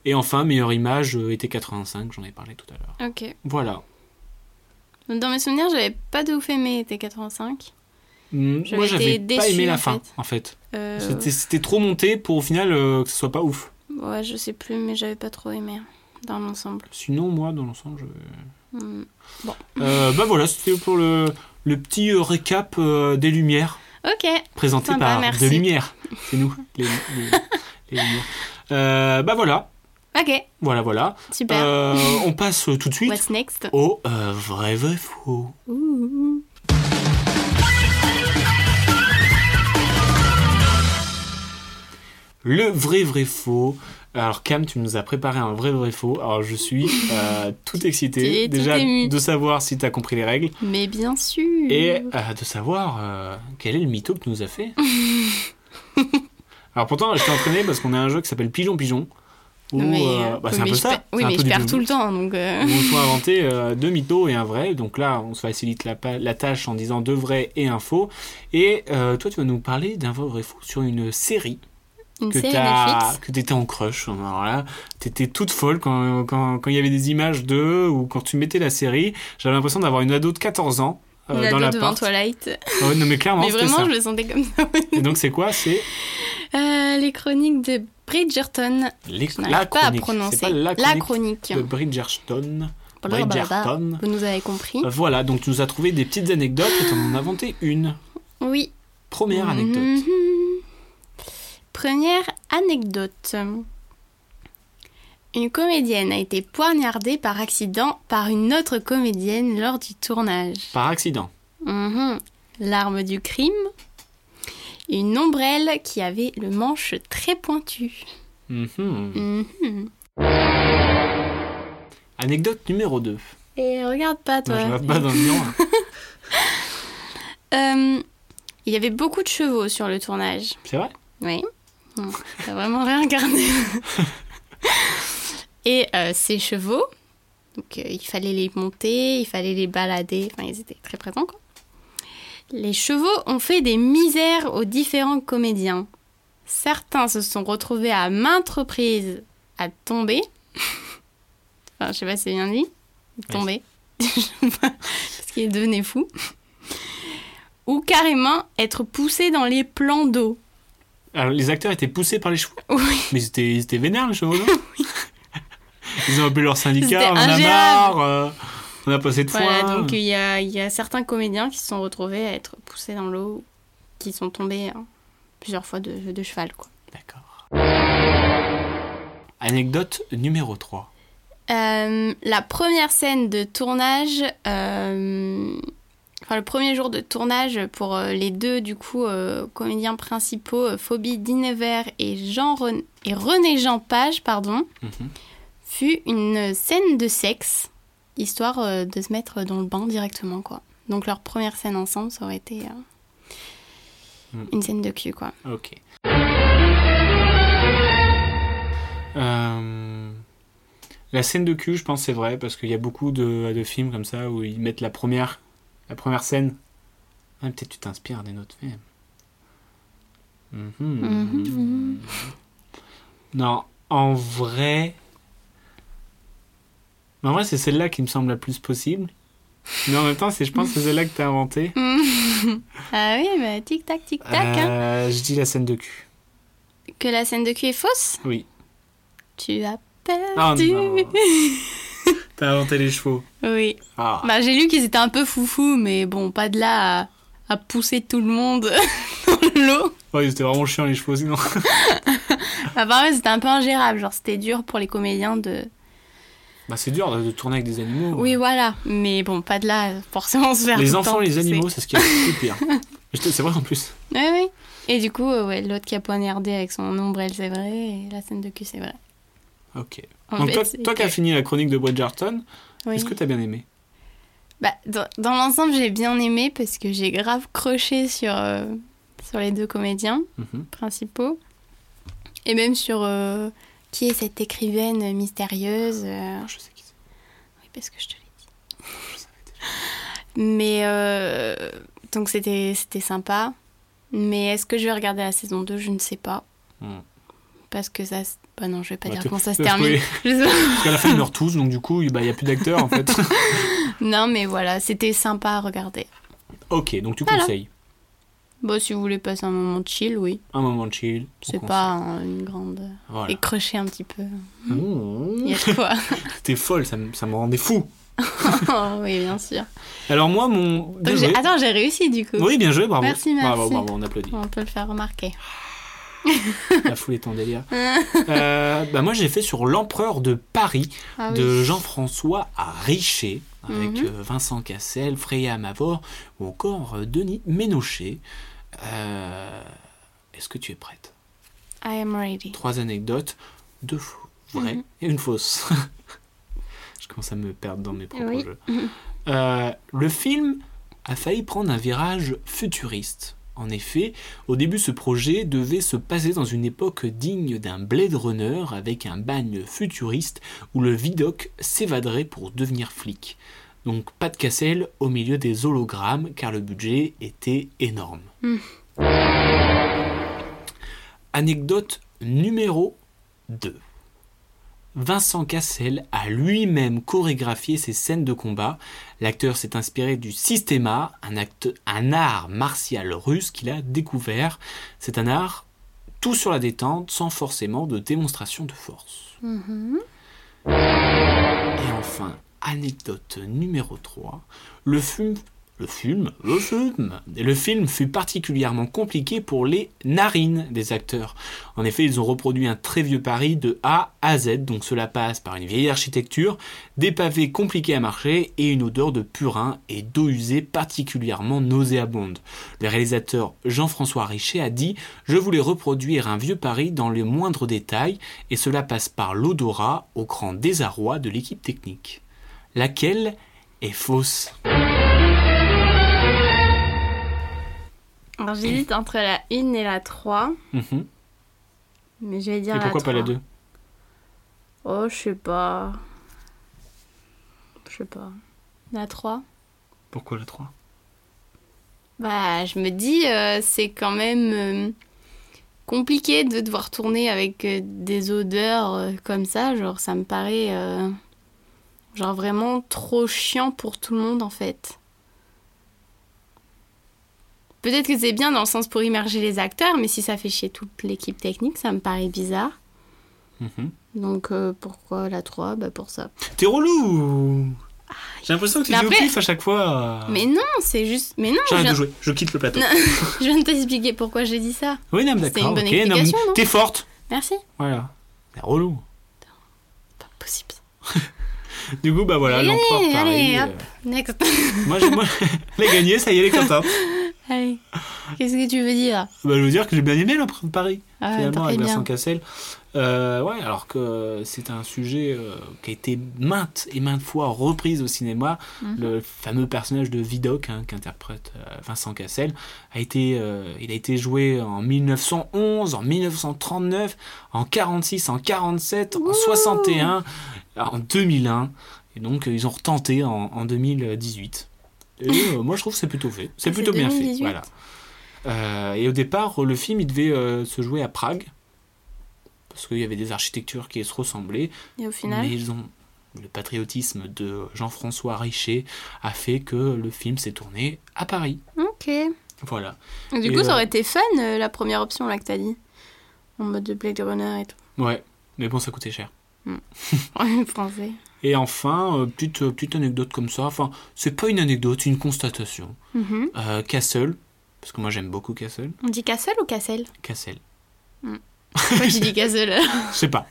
[SPEAKER 9] Et enfin, meilleure image, euh, été 85, j'en ai parlé tout à l'heure.
[SPEAKER 10] Ok.
[SPEAKER 9] Voilà.
[SPEAKER 10] Dans mes souvenirs, j'avais pas de ouf aimé, t'es 85.
[SPEAKER 9] Mm,
[SPEAKER 10] J'avais
[SPEAKER 9] Moi,
[SPEAKER 10] été
[SPEAKER 9] j'avais pas
[SPEAKER 10] déçue,
[SPEAKER 9] aimé la
[SPEAKER 10] en
[SPEAKER 9] fin,
[SPEAKER 10] fait.
[SPEAKER 9] en fait.
[SPEAKER 10] Euh,
[SPEAKER 9] C'était- C'était trop monté pour au final euh, que ce soit pas ouf.
[SPEAKER 10] Ouais, je sais plus, mais j'avais pas trop aimé dans l'ensemble.
[SPEAKER 9] Sinon, moi, dans l'ensemble, je...
[SPEAKER 10] Hmm.
[SPEAKER 9] Euh, bah voilà, c'était pour le, le petit euh, récap euh, des Lumières,
[SPEAKER 10] Ok.
[SPEAKER 9] présenté
[SPEAKER 10] Sympa,
[SPEAKER 9] par
[SPEAKER 10] merci.
[SPEAKER 9] De Lumière. C'est nous, les, les- les Lumières. Euh, bah voilà,
[SPEAKER 10] Ok.
[SPEAKER 9] voilà, voilà.
[SPEAKER 10] Super.
[SPEAKER 9] Euh, on passe tout de suite
[SPEAKER 10] What's next
[SPEAKER 9] au euh, vrai, vrai, faux.
[SPEAKER 10] Ouh.
[SPEAKER 9] Le vrai, vrai, faux. Alors, Cam, tu nous as préparé un vrai, vrai, faux. Alors, je suis euh, tout excité
[SPEAKER 10] T'es tout
[SPEAKER 9] déjà
[SPEAKER 10] ému. Mmh.
[SPEAKER 9] de savoir si tu as compris les règles
[SPEAKER 10] Mais bien sûr.
[SPEAKER 9] et euh, de savoir euh, quel est le mytho que tu nous as fait. Alors pourtant, je t'ai entraîné parce qu'on a un jeu qui s'appelle Pigeon Pigeon. Où,
[SPEAKER 10] Non, mais,
[SPEAKER 9] euh,
[SPEAKER 10] euh,
[SPEAKER 9] bah,
[SPEAKER 10] oui,
[SPEAKER 9] c'est un
[SPEAKER 10] mais
[SPEAKER 9] peu
[SPEAKER 10] je
[SPEAKER 9] ça.
[SPEAKER 10] perds- Oui,
[SPEAKER 9] c'est un
[SPEAKER 10] mais
[SPEAKER 9] peu
[SPEAKER 10] je
[SPEAKER 9] du
[SPEAKER 10] perds
[SPEAKER 9] double.
[SPEAKER 10] tout le temps, donc. euh,
[SPEAKER 9] Où on faut inventer euh, deux mythos et un vrai. Donc là, on se facilite la, pa- la tâche en disant deux vrais et un faux. Et euh, toi, tu vas nous parler d'un vrai vrai faux sur une série
[SPEAKER 10] Une
[SPEAKER 9] que
[SPEAKER 10] série
[SPEAKER 9] t'as-
[SPEAKER 10] Netflix.
[SPEAKER 9] que t'étais en crush. Alors là, t'étais toute folle quand quand- quand il y avait des images d'eux ou quand tu mettais la série. J'avais l'impression d'avoir une ado de 14 ans euh,
[SPEAKER 10] Une
[SPEAKER 9] dans
[SPEAKER 10] ado
[SPEAKER 9] la
[SPEAKER 10] devant Twilight.
[SPEAKER 9] Oh, non mais clairement,
[SPEAKER 10] mais
[SPEAKER 9] c'était
[SPEAKER 10] vraiment,
[SPEAKER 9] ça.
[SPEAKER 10] je le sentais comme ça.
[SPEAKER 9] Et donc c'est quoi C'est
[SPEAKER 10] Euh, les chroniques de Bridgerton.
[SPEAKER 9] les...
[SPEAKER 10] Je n'arrive pas à prononcer.
[SPEAKER 9] C'est pas la chronique,
[SPEAKER 10] La chronique.
[SPEAKER 9] de Bridgerton.
[SPEAKER 10] Blablabla.
[SPEAKER 9] Bridgerton.
[SPEAKER 10] Vous nous avez compris.
[SPEAKER 9] Euh, Voilà, donc tu nous as trouvé des petites anecdotes et tu en as inventé une.
[SPEAKER 10] Oui.
[SPEAKER 9] Première anecdote.
[SPEAKER 10] Mhm. Première anecdote. Une comédienne a été poignardée par accident par une autre comédienne lors du tournage.
[SPEAKER 9] Par accident.
[SPEAKER 10] Mhm. L'arme du crime. Une ombrelle qui avait le manche très pointu.
[SPEAKER 9] Mhm.
[SPEAKER 10] Mhm.
[SPEAKER 9] Anecdote numéro 2.
[SPEAKER 10] Et regarde pas toi.
[SPEAKER 9] je ne pas dans le hein. mur.
[SPEAKER 10] Euh, il y avait beaucoup de chevaux sur le tournage.
[SPEAKER 9] C'est vrai
[SPEAKER 10] Oui. Non, T'as vraiment rien regardé. Et euh, ces chevaux, donc euh, il fallait les monter, il fallait les balader, enfin ils étaient très présents quoi. Les chevaux ont fait des misères aux différents comédiens. Certains se sont retrouvés à maintes reprises à tomber. Enfin, je sais pas si c'est bien dit. Tomber. Je sais pas. Parce qu'ils devenaient fous. Ou carrément être poussés dans les plans d'eau.
[SPEAKER 9] Alors les acteurs étaient poussés par les chevaux.
[SPEAKER 10] Oui.
[SPEAKER 9] Mais ils étaient, ils étaient vénères les chevaux, non Ils ont appelé leur
[SPEAKER 10] C'était
[SPEAKER 9] syndicat, on en a
[SPEAKER 10] ingérable.
[SPEAKER 9] marre, euh, on a passé de fois.
[SPEAKER 10] Voilà, donc euh, il y a, il y a certains comédiens qui se sont retrouvés à être poussés dans l'eau, qui sont tombés hein, plusieurs fois de, de cheval. Quoi.
[SPEAKER 9] D'accord. Anecdote numéro 3.
[SPEAKER 10] Euh, la première scène de tournage, euh, enfin le premier jour de tournage pour euh, les deux du coup euh, comédiens principaux, euh, Phobie Dinever et, Jean Ren- et René Jean Page, pardon,
[SPEAKER 9] Mhm.
[SPEAKER 10] fut une scène de sexe, histoire euh, de se mettre dans le bain directement quoi. Donc leur première scène ensemble, ça aurait été euh,
[SPEAKER 9] Mm.
[SPEAKER 10] une scène de cul quoi.
[SPEAKER 9] Ok. Euh, la scène de cul, je pense, c'est vrai, parce qu'il y a beaucoup de, de films comme ça où ils mettent la première, la première scène. Ah, Peut-être tu t'inspires des autres films. Mhm.
[SPEAKER 10] Mhm.
[SPEAKER 9] Non, en vrai, Mais en vrai, c'est celle-là qui me semble la plus possible. Mais en même temps, c'est, je pense que c'est celle-là que t'as inventée.
[SPEAKER 10] Ah oui, mais tic-tac, tic-tac. hein.
[SPEAKER 9] Euh, je dis la scène de cul.
[SPEAKER 10] Que la scène de cul est fausse
[SPEAKER 9] Euh. Oui.
[SPEAKER 10] Tu as
[SPEAKER 9] Ah
[SPEAKER 10] perdu.
[SPEAKER 9] non. T'as inventé les chevaux.
[SPEAKER 10] oui.
[SPEAKER 9] Ah.
[SPEAKER 10] Bah, j'ai lu qu'ils étaient un peu foufou, mais bon, pas de là à, à pousser tout le monde dans l'eau.
[SPEAKER 9] Ouais, ils étaient vraiment chiants les chevaux sinon.
[SPEAKER 10] Apparemment, c'était un peu ingérable. Genre, c'était dur pour les comédiens de.
[SPEAKER 9] bah, c'est dur de de tourner avec des animaux.
[SPEAKER 10] Oui, voilà. Mais bon, pas de là, à forcément, se faire. tout
[SPEAKER 9] Les
[SPEAKER 10] le
[SPEAKER 9] enfants,
[SPEAKER 10] temps
[SPEAKER 9] les
[SPEAKER 10] pousser.
[SPEAKER 9] animaux, c'est ce qui est le pire. Je te- C'est vrai en plus.
[SPEAKER 10] Oui, oui. Et du coup, euh, ouais, l'autre qui a poignardé avec son ombrelle, c'est vrai. Et la scène de cul, c'est vrai.
[SPEAKER 9] Ok.
[SPEAKER 10] En
[SPEAKER 9] Donc
[SPEAKER 10] fait,
[SPEAKER 9] toi,
[SPEAKER 10] c'est
[SPEAKER 9] toi qui as
[SPEAKER 10] que-
[SPEAKER 9] fini la chronique de Bridgerton,
[SPEAKER 10] Oui.
[SPEAKER 9] est-ce que t'as bien aimé
[SPEAKER 10] Bah, dans, dans l'ensemble, j'ai bien aimé parce que j'ai grave croché sur, euh, sur les deux comédiens
[SPEAKER 9] Mhm.
[SPEAKER 10] principaux. Et même sur euh, qui est cette écrivaine mystérieuse. euh,
[SPEAKER 9] Je sais qui c'est.
[SPEAKER 10] oui, parce que je te l'ai dit. Mais euh, donc c'était c'était sympa. Mais est-ce que je vais regarder la saison 2 Je ne sais pas.
[SPEAKER 9] Hmm.
[SPEAKER 10] Parce que ça. se- Bah non, je vais pas
[SPEAKER 9] Bah,
[SPEAKER 10] dire
[SPEAKER 9] tu-
[SPEAKER 10] comment ça se
[SPEAKER 9] Oui.
[SPEAKER 10] termine. Je sais pas.
[SPEAKER 9] Parce qu'à la fin, ils meurent tous, donc du coup, il n'y a plus d'acteurs en fait.
[SPEAKER 10] Non, mais voilà, c'était sympa à regarder.
[SPEAKER 9] ok, donc tu
[SPEAKER 10] Voilà.
[SPEAKER 9] conseilles.
[SPEAKER 10] Bon, si vous voulez passer un moment de chill, oui.
[SPEAKER 9] Un moment de chill. on
[SPEAKER 10] C'est
[SPEAKER 9] conseille.
[SPEAKER 10] pas hein, une grande.
[SPEAKER 9] Voilà.
[SPEAKER 10] Et crocher un petit peu.
[SPEAKER 9] Mmh.
[SPEAKER 10] Il y a de quoi.
[SPEAKER 9] T'es folle, ça me, ça me rendait fou.
[SPEAKER 10] Oh, oui, bien sûr.
[SPEAKER 9] Alors moi, mon... bien
[SPEAKER 10] Donc, j'ai-
[SPEAKER 9] joué.
[SPEAKER 10] Attends, j'ai réussi du coup.
[SPEAKER 9] Oui, bien joué, bravo.
[SPEAKER 10] Merci, merci.
[SPEAKER 9] Bravo, bravo, on applaudit.
[SPEAKER 10] On peut le faire remarquer.
[SPEAKER 9] La foule est en délire. Euh, bah moi, j'ai fait sur l'empereur de Paris.
[SPEAKER 10] Ah oui.
[SPEAKER 9] de Jean-François à Richer, avec
[SPEAKER 10] Mhm.
[SPEAKER 9] euh, Vincent Cassel, Freya Mavor ou encore euh, Denis Ménochet. Euh, Est-ce que tu es prête
[SPEAKER 10] I am ready.
[SPEAKER 9] Trois anecdotes, deux faux- vraies et une fausse. Je commence à me perdre dans mes propres
[SPEAKER 10] Oui.
[SPEAKER 9] jeux. Euh, le film a failli prendre un virage futuriste. En effet, au début, ce projet devait se passer dans une époque digne d'un Blade Runner avec un bagne futuriste où le Vidoc s'évaderait pour devenir flic. Donc pas de Cassel au milieu des hologrammes car le budget était énorme. Anecdote numéro 2. Vincent Cassel a lui-même chorégraphié ses scènes de combat. L'acteur s'est inspiré du Sistema, un, acte- un art martial russe qu'il a découvert. C'est un art tout sur la détente, sans forcément de démonstration de force. Et enfin, anecdote numéro 3. Le film, le film, le film, le film fut particulièrement compliqué pour les narines des acteurs. En effet, ils ont reproduit un très vieux Paris de A à Z, donc cela passe par une vieille architecture, des pavés compliqués à marcher et une odeur de purin et d'eau usée particulièrement nauséabonde. Le réalisateur Jean-François Richer a dit Je voulais reproduire un vieux Paris dans les moindres détails et cela passe par l'odorat au grand désarroi de l'équipe technique. Laquelle est fausse
[SPEAKER 10] Alors, j'hésite entre la 1 et la 3.
[SPEAKER 9] Mhm.
[SPEAKER 10] Mais je vais dire
[SPEAKER 9] Et pourquoi pas la
[SPEAKER 10] 3.
[SPEAKER 9] 2
[SPEAKER 10] Oh, je sais pas. Je sais pas. La 3
[SPEAKER 9] Pourquoi la 3
[SPEAKER 10] Bah, je me dis, euh, c'est quand même euh, compliqué de devoir tourner avec euh, des odeurs euh, comme ça. Genre, ça me paraît euh, genre vraiment trop chiant pour tout le monde en fait. Peut-être que c'est bien dans le sens pour immerger les acteurs, mais si ça fait chier toute l'équipe technique, ça me paraît bizarre.
[SPEAKER 9] Mhm.
[SPEAKER 10] Donc euh, pourquoi la 3 Bah pour ça.
[SPEAKER 9] T'es relou J'ai l'impression que tu
[SPEAKER 10] Ah, Mais
[SPEAKER 9] dis au
[SPEAKER 10] après-
[SPEAKER 9] pif à chaque fois.
[SPEAKER 10] Mais non, c'est juste. Mais non, je
[SPEAKER 9] J'arrête
[SPEAKER 10] viens,
[SPEAKER 9] de jouer, je quitte le plateau.
[SPEAKER 10] je viens de t'expliquer pourquoi j'ai dit ça.
[SPEAKER 9] Oui, non, mais
[SPEAKER 10] C'était
[SPEAKER 9] d'accord.
[SPEAKER 10] une bonne
[SPEAKER 9] ok, non, mais
[SPEAKER 10] explication, non
[SPEAKER 9] T'es forte.
[SPEAKER 10] Merci.
[SPEAKER 9] Voilà. C'est relou.
[SPEAKER 10] Pas possible.
[SPEAKER 9] Du coup, bah voilà,
[SPEAKER 10] J'ai gagné,
[SPEAKER 9] l'empereur de Paris.
[SPEAKER 10] allez,
[SPEAKER 9] euh,
[SPEAKER 10] hop. Next.
[SPEAKER 9] moi, j'ai- moi, elle a gagné, ça y est, elle est contente.
[SPEAKER 10] Allez, qu'est-ce que tu veux dire
[SPEAKER 9] Bah, je veux dire que j'ai bien aimé l'empereur de Paris,
[SPEAKER 10] Ah ouais,
[SPEAKER 9] finalement,
[SPEAKER 10] t'as fait
[SPEAKER 9] avec Vincent
[SPEAKER 10] bien.
[SPEAKER 9] Cassel. Euh, ouais, alors que c'est un sujet euh, qui a été maintes et maintes fois reprise au cinéma.
[SPEAKER 10] Mhm.
[SPEAKER 9] Le fameux personnage de Vidocq, hein, qu'interprète euh, Vincent Cassel, a été, euh, il a été joué en 1911, en 1939, en 46, en 47, en 61, en 2001. Et donc, euh, ils ont retenté en, en 2018. Et euh, moi, je trouve que c'est plutôt fait. C'est
[SPEAKER 10] Ah, c'est
[SPEAKER 9] plutôt bien fait.
[SPEAKER 10] 2018.
[SPEAKER 9] Voilà. Euh, et au départ, le film, il devait euh, se jouer à Prague. Parce qu'il y avait des architectures qui se ressemblaient.
[SPEAKER 10] Et au final
[SPEAKER 9] Mais ils ont. le patriotisme de Jean-François Richer a fait que le film s'est tourné à Paris.
[SPEAKER 10] Ok.
[SPEAKER 9] Voilà.
[SPEAKER 10] Du
[SPEAKER 9] Et,
[SPEAKER 10] coup, ça
[SPEAKER 9] euh,
[SPEAKER 10] aurait été fun, euh, la première option là que t'as dit. En mode de Blade Runner et tout.
[SPEAKER 9] Ouais, mais bon, ça coûtait cher.
[SPEAKER 10] En français.
[SPEAKER 9] Et enfin, euh, petite, euh, petite anecdote comme ça, enfin, c'est pas une anecdote, c'est une constatation.
[SPEAKER 10] Mhm.
[SPEAKER 9] Euh, Castle, parce que moi j'aime beaucoup Castle.
[SPEAKER 10] On dit Castle ou Cassel
[SPEAKER 9] Castle,
[SPEAKER 10] Moi, j'ai dit Castle.
[SPEAKER 9] je sais pas.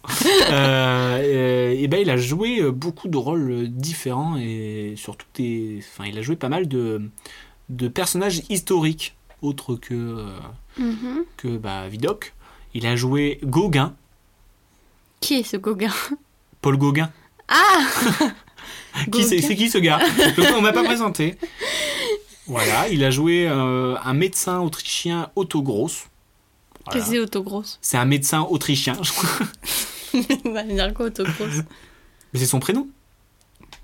[SPEAKER 9] euh, et, ben il a joué euh, beaucoup de rôles euh, différents et surtout des. Enfin, il a joué pas mal de, de personnages historiques, autres que, euh,
[SPEAKER 10] Mhm.
[SPEAKER 9] que bah, Vidocq. Il a joué Gauguin,
[SPEAKER 10] Qui est ce Gauguin
[SPEAKER 9] Paul Gauguin.
[SPEAKER 10] Ah
[SPEAKER 9] Qui c'est,
[SPEAKER 10] Gauguin.
[SPEAKER 9] c'est qui ce gars Le- On m'a pas présenté. Voilà, il a joué euh, un médecin autrichien Otto Gross. Voilà.
[SPEAKER 10] Qu'est-ce que c'est Autogrosse
[SPEAKER 9] C'est un médecin autrichien, je crois.
[SPEAKER 10] On va dire quoi Autogrosse
[SPEAKER 9] Mais c'est son prénom.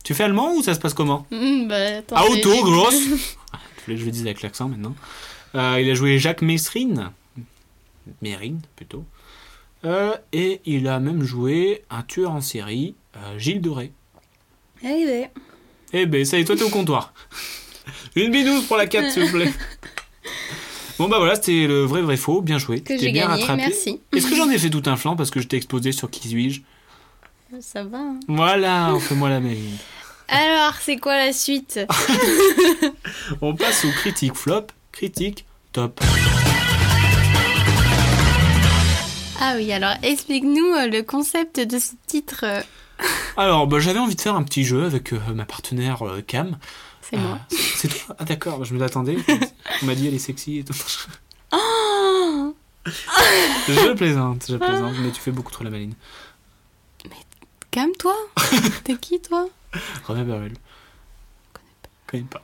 [SPEAKER 9] Tu fais allemand ou ça se passe comment
[SPEAKER 10] Hum, bah, attends,
[SPEAKER 9] Auto
[SPEAKER 10] j'ai- j'ai-
[SPEAKER 9] Gross. Tu voulais que je le dise avec l'accent maintenant. Euh, il a joué Jacques Messrine. Mérine, plutôt. Euh, et il a même joué un tueur en série, euh, Gilles Doré.
[SPEAKER 10] Eh ouais.
[SPEAKER 9] Eh ben, ça y est, toi, t'es au comptoir. Une bidouze pour la 4, s'il vous plaît. Bon, bah voilà, c'était le vrai, vrai faux. Bien joué.
[SPEAKER 10] Que
[SPEAKER 9] T'es
[SPEAKER 10] j'ai
[SPEAKER 9] bien
[SPEAKER 10] gagné,
[SPEAKER 9] rattrapé.
[SPEAKER 10] merci.
[SPEAKER 9] Est-ce que j'en ai fait tout un flanc parce que je t'ai exposé sur qui suis-je
[SPEAKER 10] Ça va. hein.
[SPEAKER 9] Voilà, fais-moi la même.
[SPEAKER 10] Alors, c'est quoi la suite
[SPEAKER 9] On passe aux critiques flop, critiques top.
[SPEAKER 10] Ah oui, alors explique-nous euh, le concept de ce titre. euh,
[SPEAKER 9] Alors, bah, j'avais envie de faire un petit jeu avec euh, ma partenaire euh, Cam.
[SPEAKER 10] C'est moi.
[SPEAKER 9] Ah, c'est toi Ah d'accord, je me l'attendais. On m'a dit elle est sexy et tout.
[SPEAKER 10] Oh
[SPEAKER 9] je plaisante, je plaisante, mais tu fais beaucoup trop la maline.
[SPEAKER 10] Ah. Calme-toi. T'es qui toi
[SPEAKER 9] Romain Barrel. Connais pas.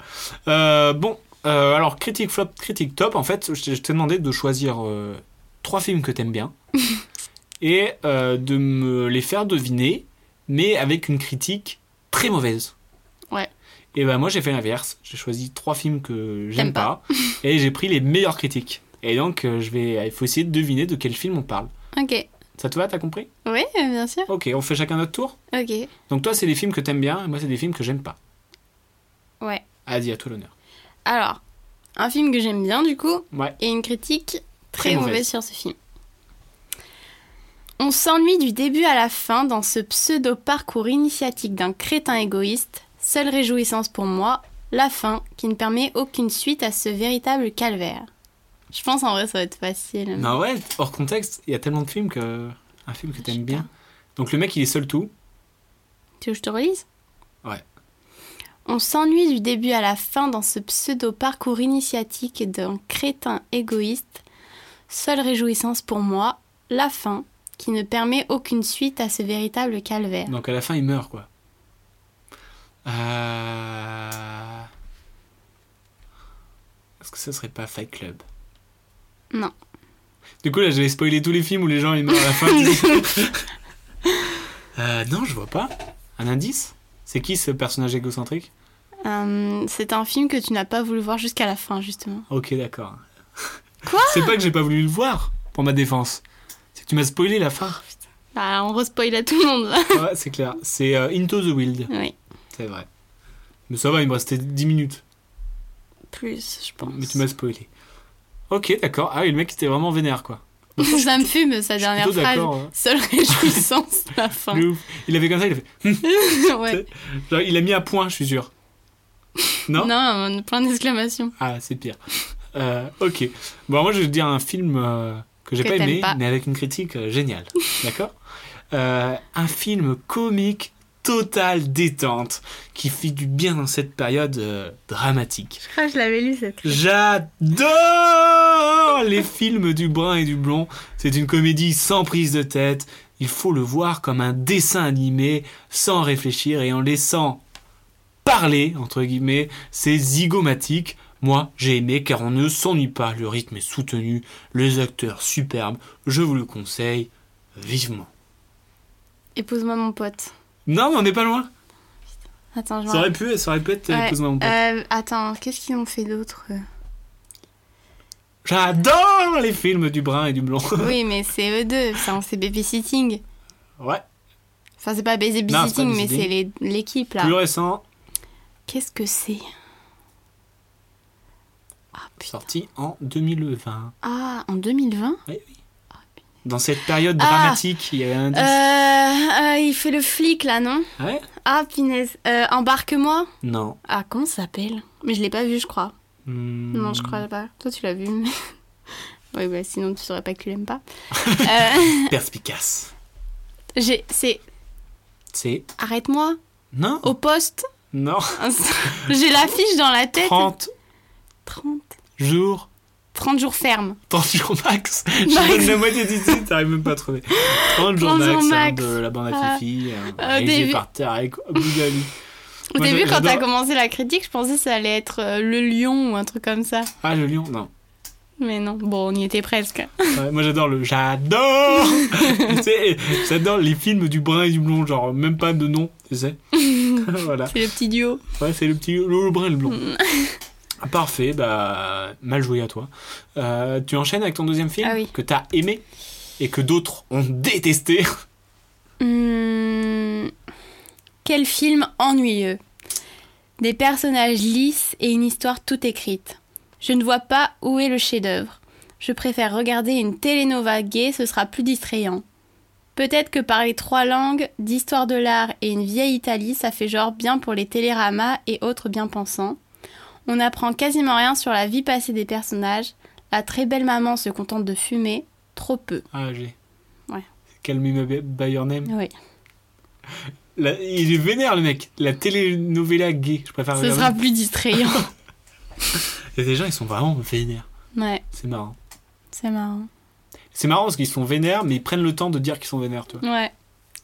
[SPEAKER 9] Euh, bon, euh, alors critique flop, critique top. En fait, je t'ai- je t'ai demandé de choisir euh, trois films que t'aimes bien et euh, de me les faire deviner, mais avec une critique très mauvaise.
[SPEAKER 10] Ouais.
[SPEAKER 9] Et ben moi j'ai fait l'inverse. J'ai choisi trois films que j'aime
[SPEAKER 10] T'aimes
[SPEAKER 9] pas, et j'ai pris les meilleures critiques. Et donc euh, je vais, il faut essayer de deviner de quel film on parle.
[SPEAKER 10] Ok.
[SPEAKER 9] Ça te va, t'as compris
[SPEAKER 10] Oui, euh, bien sûr.
[SPEAKER 9] Ok, on fait chacun notre tour.
[SPEAKER 10] Ok.
[SPEAKER 9] Donc toi c'est les films que t'aimes bien, et moi c'est des films que j'aime pas.
[SPEAKER 10] Ouais.
[SPEAKER 9] Vas-y, à toi l'honneur.
[SPEAKER 10] Alors, un film que j'aime bien du coup
[SPEAKER 9] Ouais.
[SPEAKER 10] et une critique très,
[SPEAKER 9] Très mauvaise.
[SPEAKER 10] mauvaise. sur ce film. On s'ennuie du début à la fin dans ce pseudo parcours initiatique d'un crétin égoïste. Seule réjouissance pour moi, la fin qui ne permet aucune suite à ce véritable calvaire. Je pense en vrai ça va être facile.
[SPEAKER 9] Non, ouais, hors contexte, il y a tellement de films que. Un film que t'aimes
[SPEAKER 10] Putain.
[SPEAKER 9] bien. Donc le mec, il est seul tout.
[SPEAKER 10] Tu veux que je te relise
[SPEAKER 9] Ouais.
[SPEAKER 10] On s'ennuie du début à la fin dans ce pseudo parcours initiatique d'un crétin égoïste. Seule réjouissance pour moi, la fin, qui ne permet aucune suite à ce véritable calvaire.
[SPEAKER 9] Donc à la fin, il meurt, quoi. Euh... Est-ce que ça serait pas Fight Club
[SPEAKER 10] Non.
[SPEAKER 9] Du coup, là, j'avais spoilé tous les films où les gens ils meurent à la fin. Euh, non, je vois pas. Un indice C'est qui ce personnage égocentrique
[SPEAKER 10] Euh, c'est un film que tu n'as pas voulu voir jusqu'à la fin, justement.
[SPEAKER 9] Ok, d'accord.
[SPEAKER 10] Quoi
[SPEAKER 9] C'est pas que j'ai pas voulu le voir pour ma défense. C'est que tu m'as spoilé la fin.
[SPEAKER 10] Bah, on respoil à tout le monde. là.
[SPEAKER 9] Ouais, c'est clair. C'est euh, Into the Wild,
[SPEAKER 10] oui,
[SPEAKER 9] c'est vrai. Mais ça va, il me restait 10 minutes.
[SPEAKER 10] plus, je pense.
[SPEAKER 9] Mais tu m'as spoilé. Ok, d'accord. Ah oui, le mec était vraiment vénère, quoi.
[SPEAKER 10] Ça me fume, sa
[SPEAKER 9] Je suis
[SPEAKER 10] dernière
[SPEAKER 9] plutôt
[SPEAKER 10] phrase.
[SPEAKER 9] d'accord, hein.
[SPEAKER 10] Seule réjouissance, la fin.
[SPEAKER 9] De ouf. Il avait comme ça, il a fait.
[SPEAKER 10] ouais.
[SPEAKER 9] Genre, il a mis à point, je suis sûr. Non
[SPEAKER 10] Non, euh, plein d'exclamations.
[SPEAKER 9] Ah, c'est pire. Euh, ok. Bon, moi, je vais te dire un film euh, que j'ai
[SPEAKER 10] Que
[SPEAKER 9] pas
[SPEAKER 10] t'aimes
[SPEAKER 9] aimé,
[SPEAKER 10] pas.
[SPEAKER 9] mais avec une critique euh, géniale. D'accord Euh, Un film comique, total détente, qui fait du bien dans cette période euh, dramatique.
[SPEAKER 10] Je crois que je l'avais lu cette
[SPEAKER 9] J'adore les films du brun et du blond. C'est une comédie sans prise de tête. Il faut le voir comme un dessin animé, sans réfléchir et en laissant parler, entre guillemets, c'est zygomatique. Moi, j'ai aimé car on ne s'ennuie pas, le rythme est soutenu, les acteurs superbes, je vous le conseille vivement.
[SPEAKER 10] Épouse-moi mon pote.
[SPEAKER 9] Non, mais on n'est pas loin.
[SPEAKER 10] Attends, je
[SPEAKER 9] Ça
[SPEAKER 10] m'en-
[SPEAKER 9] aurait pu, ça aurait pu être
[SPEAKER 10] Ouais.
[SPEAKER 9] Épouse-moi mon pote.
[SPEAKER 10] Euh, attends, qu'est-ce qu'ils ont fait d'autre
[SPEAKER 9] J'adore les films du brun et du blond.
[SPEAKER 10] Oui, mais c'est eux deux. Ça, on c'est babysitting.
[SPEAKER 9] ouais.
[SPEAKER 10] Enfin, c'est pas Baiser
[SPEAKER 9] Non, c'est pas
[SPEAKER 10] Babysitting, mais
[SPEAKER 9] Babysitting.
[SPEAKER 10] c'est les- l'équipe là.
[SPEAKER 9] Plus récent,
[SPEAKER 10] Qu'est-ce que c'est Ah, putain.
[SPEAKER 9] sorti en 2020.
[SPEAKER 10] Ah, en 2020
[SPEAKER 9] Oui, oui. Dans cette période
[SPEAKER 10] Ah.
[SPEAKER 9] dramatique, il y avait un
[SPEAKER 10] euh, euh, Il fait le flic là, non
[SPEAKER 9] Ouais
[SPEAKER 10] Ah, punaise. Euh, Embarque-moi
[SPEAKER 9] Non.
[SPEAKER 10] Ah, comment ça s'appelle Mais je l'ai pas vu, je crois.
[SPEAKER 9] Hmm.
[SPEAKER 10] Non, je crois pas. Toi, tu l'as vu. mais- oui, bah sinon, tu saurais pas que tu l'aimes pas. Euh,
[SPEAKER 9] Perspicace.
[SPEAKER 10] j'ai- c'est
[SPEAKER 9] C'est.
[SPEAKER 10] Arrête-moi
[SPEAKER 9] Non
[SPEAKER 10] au poste.
[SPEAKER 9] Non
[SPEAKER 10] J'ai l'affiche dans la tête.
[SPEAKER 9] 30
[SPEAKER 10] 30.
[SPEAKER 9] jours.
[SPEAKER 10] 30 jours ferme.
[SPEAKER 9] 30 jours max
[SPEAKER 10] Max.
[SPEAKER 9] Je donne la moitié du titre, t'arrives même pas à trouver. 30 jours
[SPEAKER 10] 30
[SPEAKER 9] max,
[SPEAKER 10] jours
[SPEAKER 9] hein,
[SPEAKER 10] max.
[SPEAKER 9] de la bande à
[SPEAKER 10] Ah.
[SPEAKER 9] Fifi, euh,
[SPEAKER 10] Euh,
[SPEAKER 9] réalisé
[SPEAKER 10] début-
[SPEAKER 9] par Tarek Abougali.
[SPEAKER 10] Au
[SPEAKER 9] Moi,
[SPEAKER 10] début,
[SPEAKER 9] j'a-
[SPEAKER 10] quand t'as
[SPEAKER 9] j'adore-
[SPEAKER 10] commencé la critique, je pensais que ça allait être euh, le lion ou un truc comme ça.
[SPEAKER 9] Ah, le lion Non.
[SPEAKER 10] Mais non, bon, on y était presque.
[SPEAKER 9] Ouais, moi j'adore le. J'adore Tu sais, J'adore les films du brun et du blond, genre même pas de nom, tu sais. voilà.
[SPEAKER 10] C'est le petit duo.
[SPEAKER 9] Ouais, c'est le petit le, le brun et le blond.
[SPEAKER 10] Mm.
[SPEAKER 9] Parfait, bah mal joué à toi. Euh, tu enchaînes avec ton deuxième film
[SPEAKER 10] Ah oui.
[SPEAKER 9] que t'as aimé et que d'autres ont détesté.
[SPEAKER 10] Hmm, Quel film ennuyeux. Des personnages lisses et une histoire toute écrite. Je ne vois pas où est le chef-d'œuvre. Je préfère regarder une télénova gay, ce sera plus distrayant. Peut-être que parler trois langues, d'histoire de l'art et une vieille Italie, ça fait genre bien pour les téléramas et autres bien-pensants. On n'apprend quasiment rien sur la vie passée des personnages. La très belle maman se contente de fumer, trop peu.
[SPEAKER 9] Ah, j'ai.
[SPEAKER 10] Ouais.
[SPEAKER 9] Calmez ma by by your name.
[SPEAKER 10] Oui.
[SPEAKER 9] La- il est vénère le mec. La telenovela gay, je préfère.
[SPEAKER 10] Ce
[SPEAKER 9] regarder.
[SPEAKER 10] sera plus distrayant.
[SPEAKER 9] Il y a des gens ils sont vraiment vénères.
[SPEAKER 10] Ouais,
[SPEAKER 9] C'est marrant.
[SPEAKER 10] c'est marrant.
[SPEAKER 9] C'est marrant parce qu'ils sont vénères, mais ils prennent le temps de dire qu'ils sont vénères, tu vois.
[SPEAKER 10] Ouais.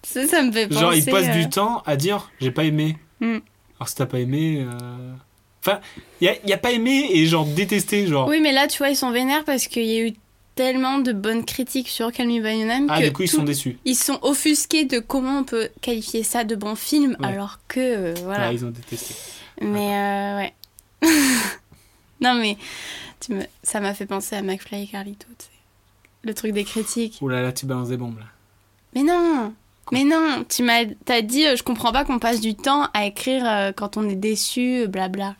[SPEAKER 10] Ça, ça me fait penser.
[SPEAKER 9] Genre ils passent
[SPEAKER 10] euh,
[SPEAKER 9] du temps à dire j'ai pas aimé.
[SPEAKER 10] Hmm.
[SPEAKER 9] Alors si t'as pas aimé, euh, enfin il y a, il y a pas aimé et genre détesté genre.
[SPEAKER 10] Oui, mais là, tu vois, ils sont vénères parce qu'il y a eu tellement de bonnes critiques sur Call Me By Your Name
[SPEAKER 9] ah
[SPEAKER 10] que
[SPEAKER 9] du coup ils
[SPEAKER 10] tout-
[SPEAKER 9] sont déçus.
[SPEAKER 10] ils sont offusqués de comment on peut qualifier ça de bon film
[SPEAKER 9] Ouais.
[SPEAKER 10] alors que euh, voilà.
[SPEAKER 9] Ah, ils ont détesté.
[SPEAKER 10] Mais euh, ouais. non mais tu me... ça m'a fait penser à McFly et Carlito, tu sais. le truc des critiques.
[SPEAKER 9] Ouh Oh là là tu balances des bombes là.
[SPEAKER 10] Mais non. Mais non, tu m'as t'as dit euh, je comprends pas qu'on passe du temps à écrire euh, quand on est déçu, euh, blabla.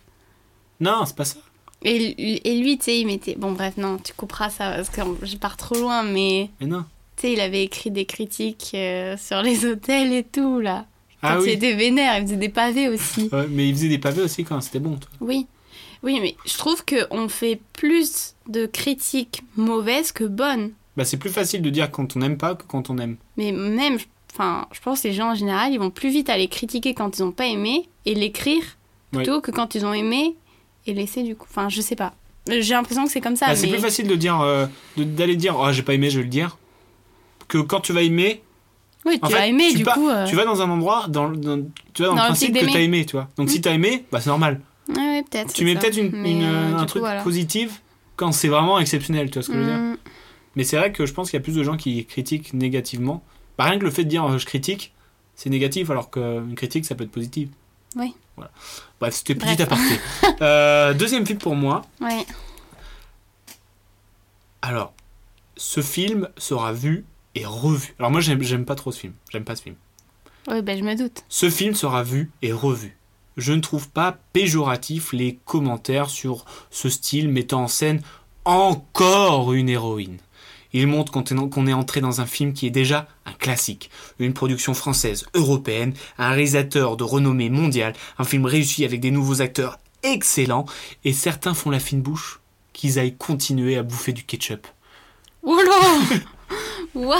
[SPEAKER 9] Non c'est pas ça.
[SPEAKER 10] Et, lui- et lui, tu sais, il mettait. Bon, bref, non, tu couperas ça parce que je pars trop loin, mais
[SPEAKER 9] Mais non.
[SPEAKER 10] tu sais, il avait écrit des critiques euh, sur les hôtels et tout, là. Quand
[SPEAKER 9] Ah
[SPEAKER 10] il
[SPEAKER 9] oui. Ah.
[SPEAKER 10] était vénère, il faisait des pavés aussi.
[SPEAKER 9] Ouais, mais ils faisaient des pavés aussi quand c'était bon. tu vois.
[SPEAKER 10] Oui. Oui, mais je trouve qu'on fait plus de critiques mauvaises que bonnes.
[SPEAKER 9] Bah c'est plus facile de dire quand on aime pas que quand on aime.
[SPEAKER 10] Mais même, enfin, je pense que les gens en général, ils vont plus vite aller critiquer quand ils ont pas aimé et l'écrire
[SPEAKER 9] Ouais.
[SPEAKER 10] plutôt que quand ils ont aimé et laisser du coup. Enfin, je sais pas. J'ai l'impression que c'est comme ça.
[SPEAKER 9] Bah, C'est
[SPEAKER 10] mais...
[SPEAKER 9] plus facile de dire euh, de- d'aller dire oh j'ai pas aimé je vais le dire que quand tu vas aimer
[SPEAKER 10] Oui, tu
[SPEAKER 9] en
[SPEAKER 10] as
[SPEAKER 9] fait,
[SPEAKER 10] aimé
[SPEAKER 9] tu,
[SPEAKER 10] du
[SPEAKER 9] pas-
[SPEAKER 10] coup. euh,
[SPEAKER 9] tu vas dans un endroit dans, le- dans- tu vas dans,
[SPEAKER 10] Dans
[SPEAKER 9] le
[SPEAKER 10] le
[SPEAKER 9] principe que
[SPEAKER 10] truc d'aimer.
[SPEAKER 9] t'as aimé tu vois donc si t'as aimé bah c'est normal
[SPEAKER 10] Ouais, Ah ouais, peut-être.
[SPEAKER 9] tu
[SPEAKER 10] c'est
[SPEAKER 9] mets
[SPEAKER 10] ça.
[SPEAKER 9] peut-être une,
[SPEAKER 10] Mais,
[SPEAKER 9] une,
[SPEAKER 10] euh,
[SPEAKER 9] euh, un
[SPEAKER 10] du
[SPEAKER 9] truc
[SPEAKER 10] coup, voilà.
[SPEAKER 9] positif quand c'est vraiment exceptionnel tu vois ce que je veux dire
[SPEAKER 10] Mm,
[SPEAKER 9] mais c'est vrai que je pense qu'il y a plus de gens qui critiquent négativement bah, rien que le fait de dire euh, je critique c'est négatif alors qu'une critique ça peut être positif
[SPEAKER 10] Oui.
[SPEAKER 9] voilà bref c'était petit
[SPEAKER 10] Bref.
[SPEAKER 9] aparté Euh, deuxième film pour moi
[SPEAKER 10] Ouais.
[SPEAKER 9] Alors, ce film sera vu et revu. Alors moi, j'aime j'aime pas trop ce film. J'aime pas ce film.
[SPEAKER 10] Ouais, bah, je me doute.
[SPEAKER 9] Ce film sera vu et revu. Je ne trouve pas péjoratif les commentaires sur ce style mettant en scène encore une héroïne. Il montre qu'on est- qu'on est entré dans un film qui est déjà un classique, une production française, européenne, un réalisateur de renommée mondiale, un film réussi avec des nouveaux acteurs excellents, et certains font la fine bouche qu'ils aillent continuer à bouffer du ketchup.
[SPEAKER 10] Oula Ouah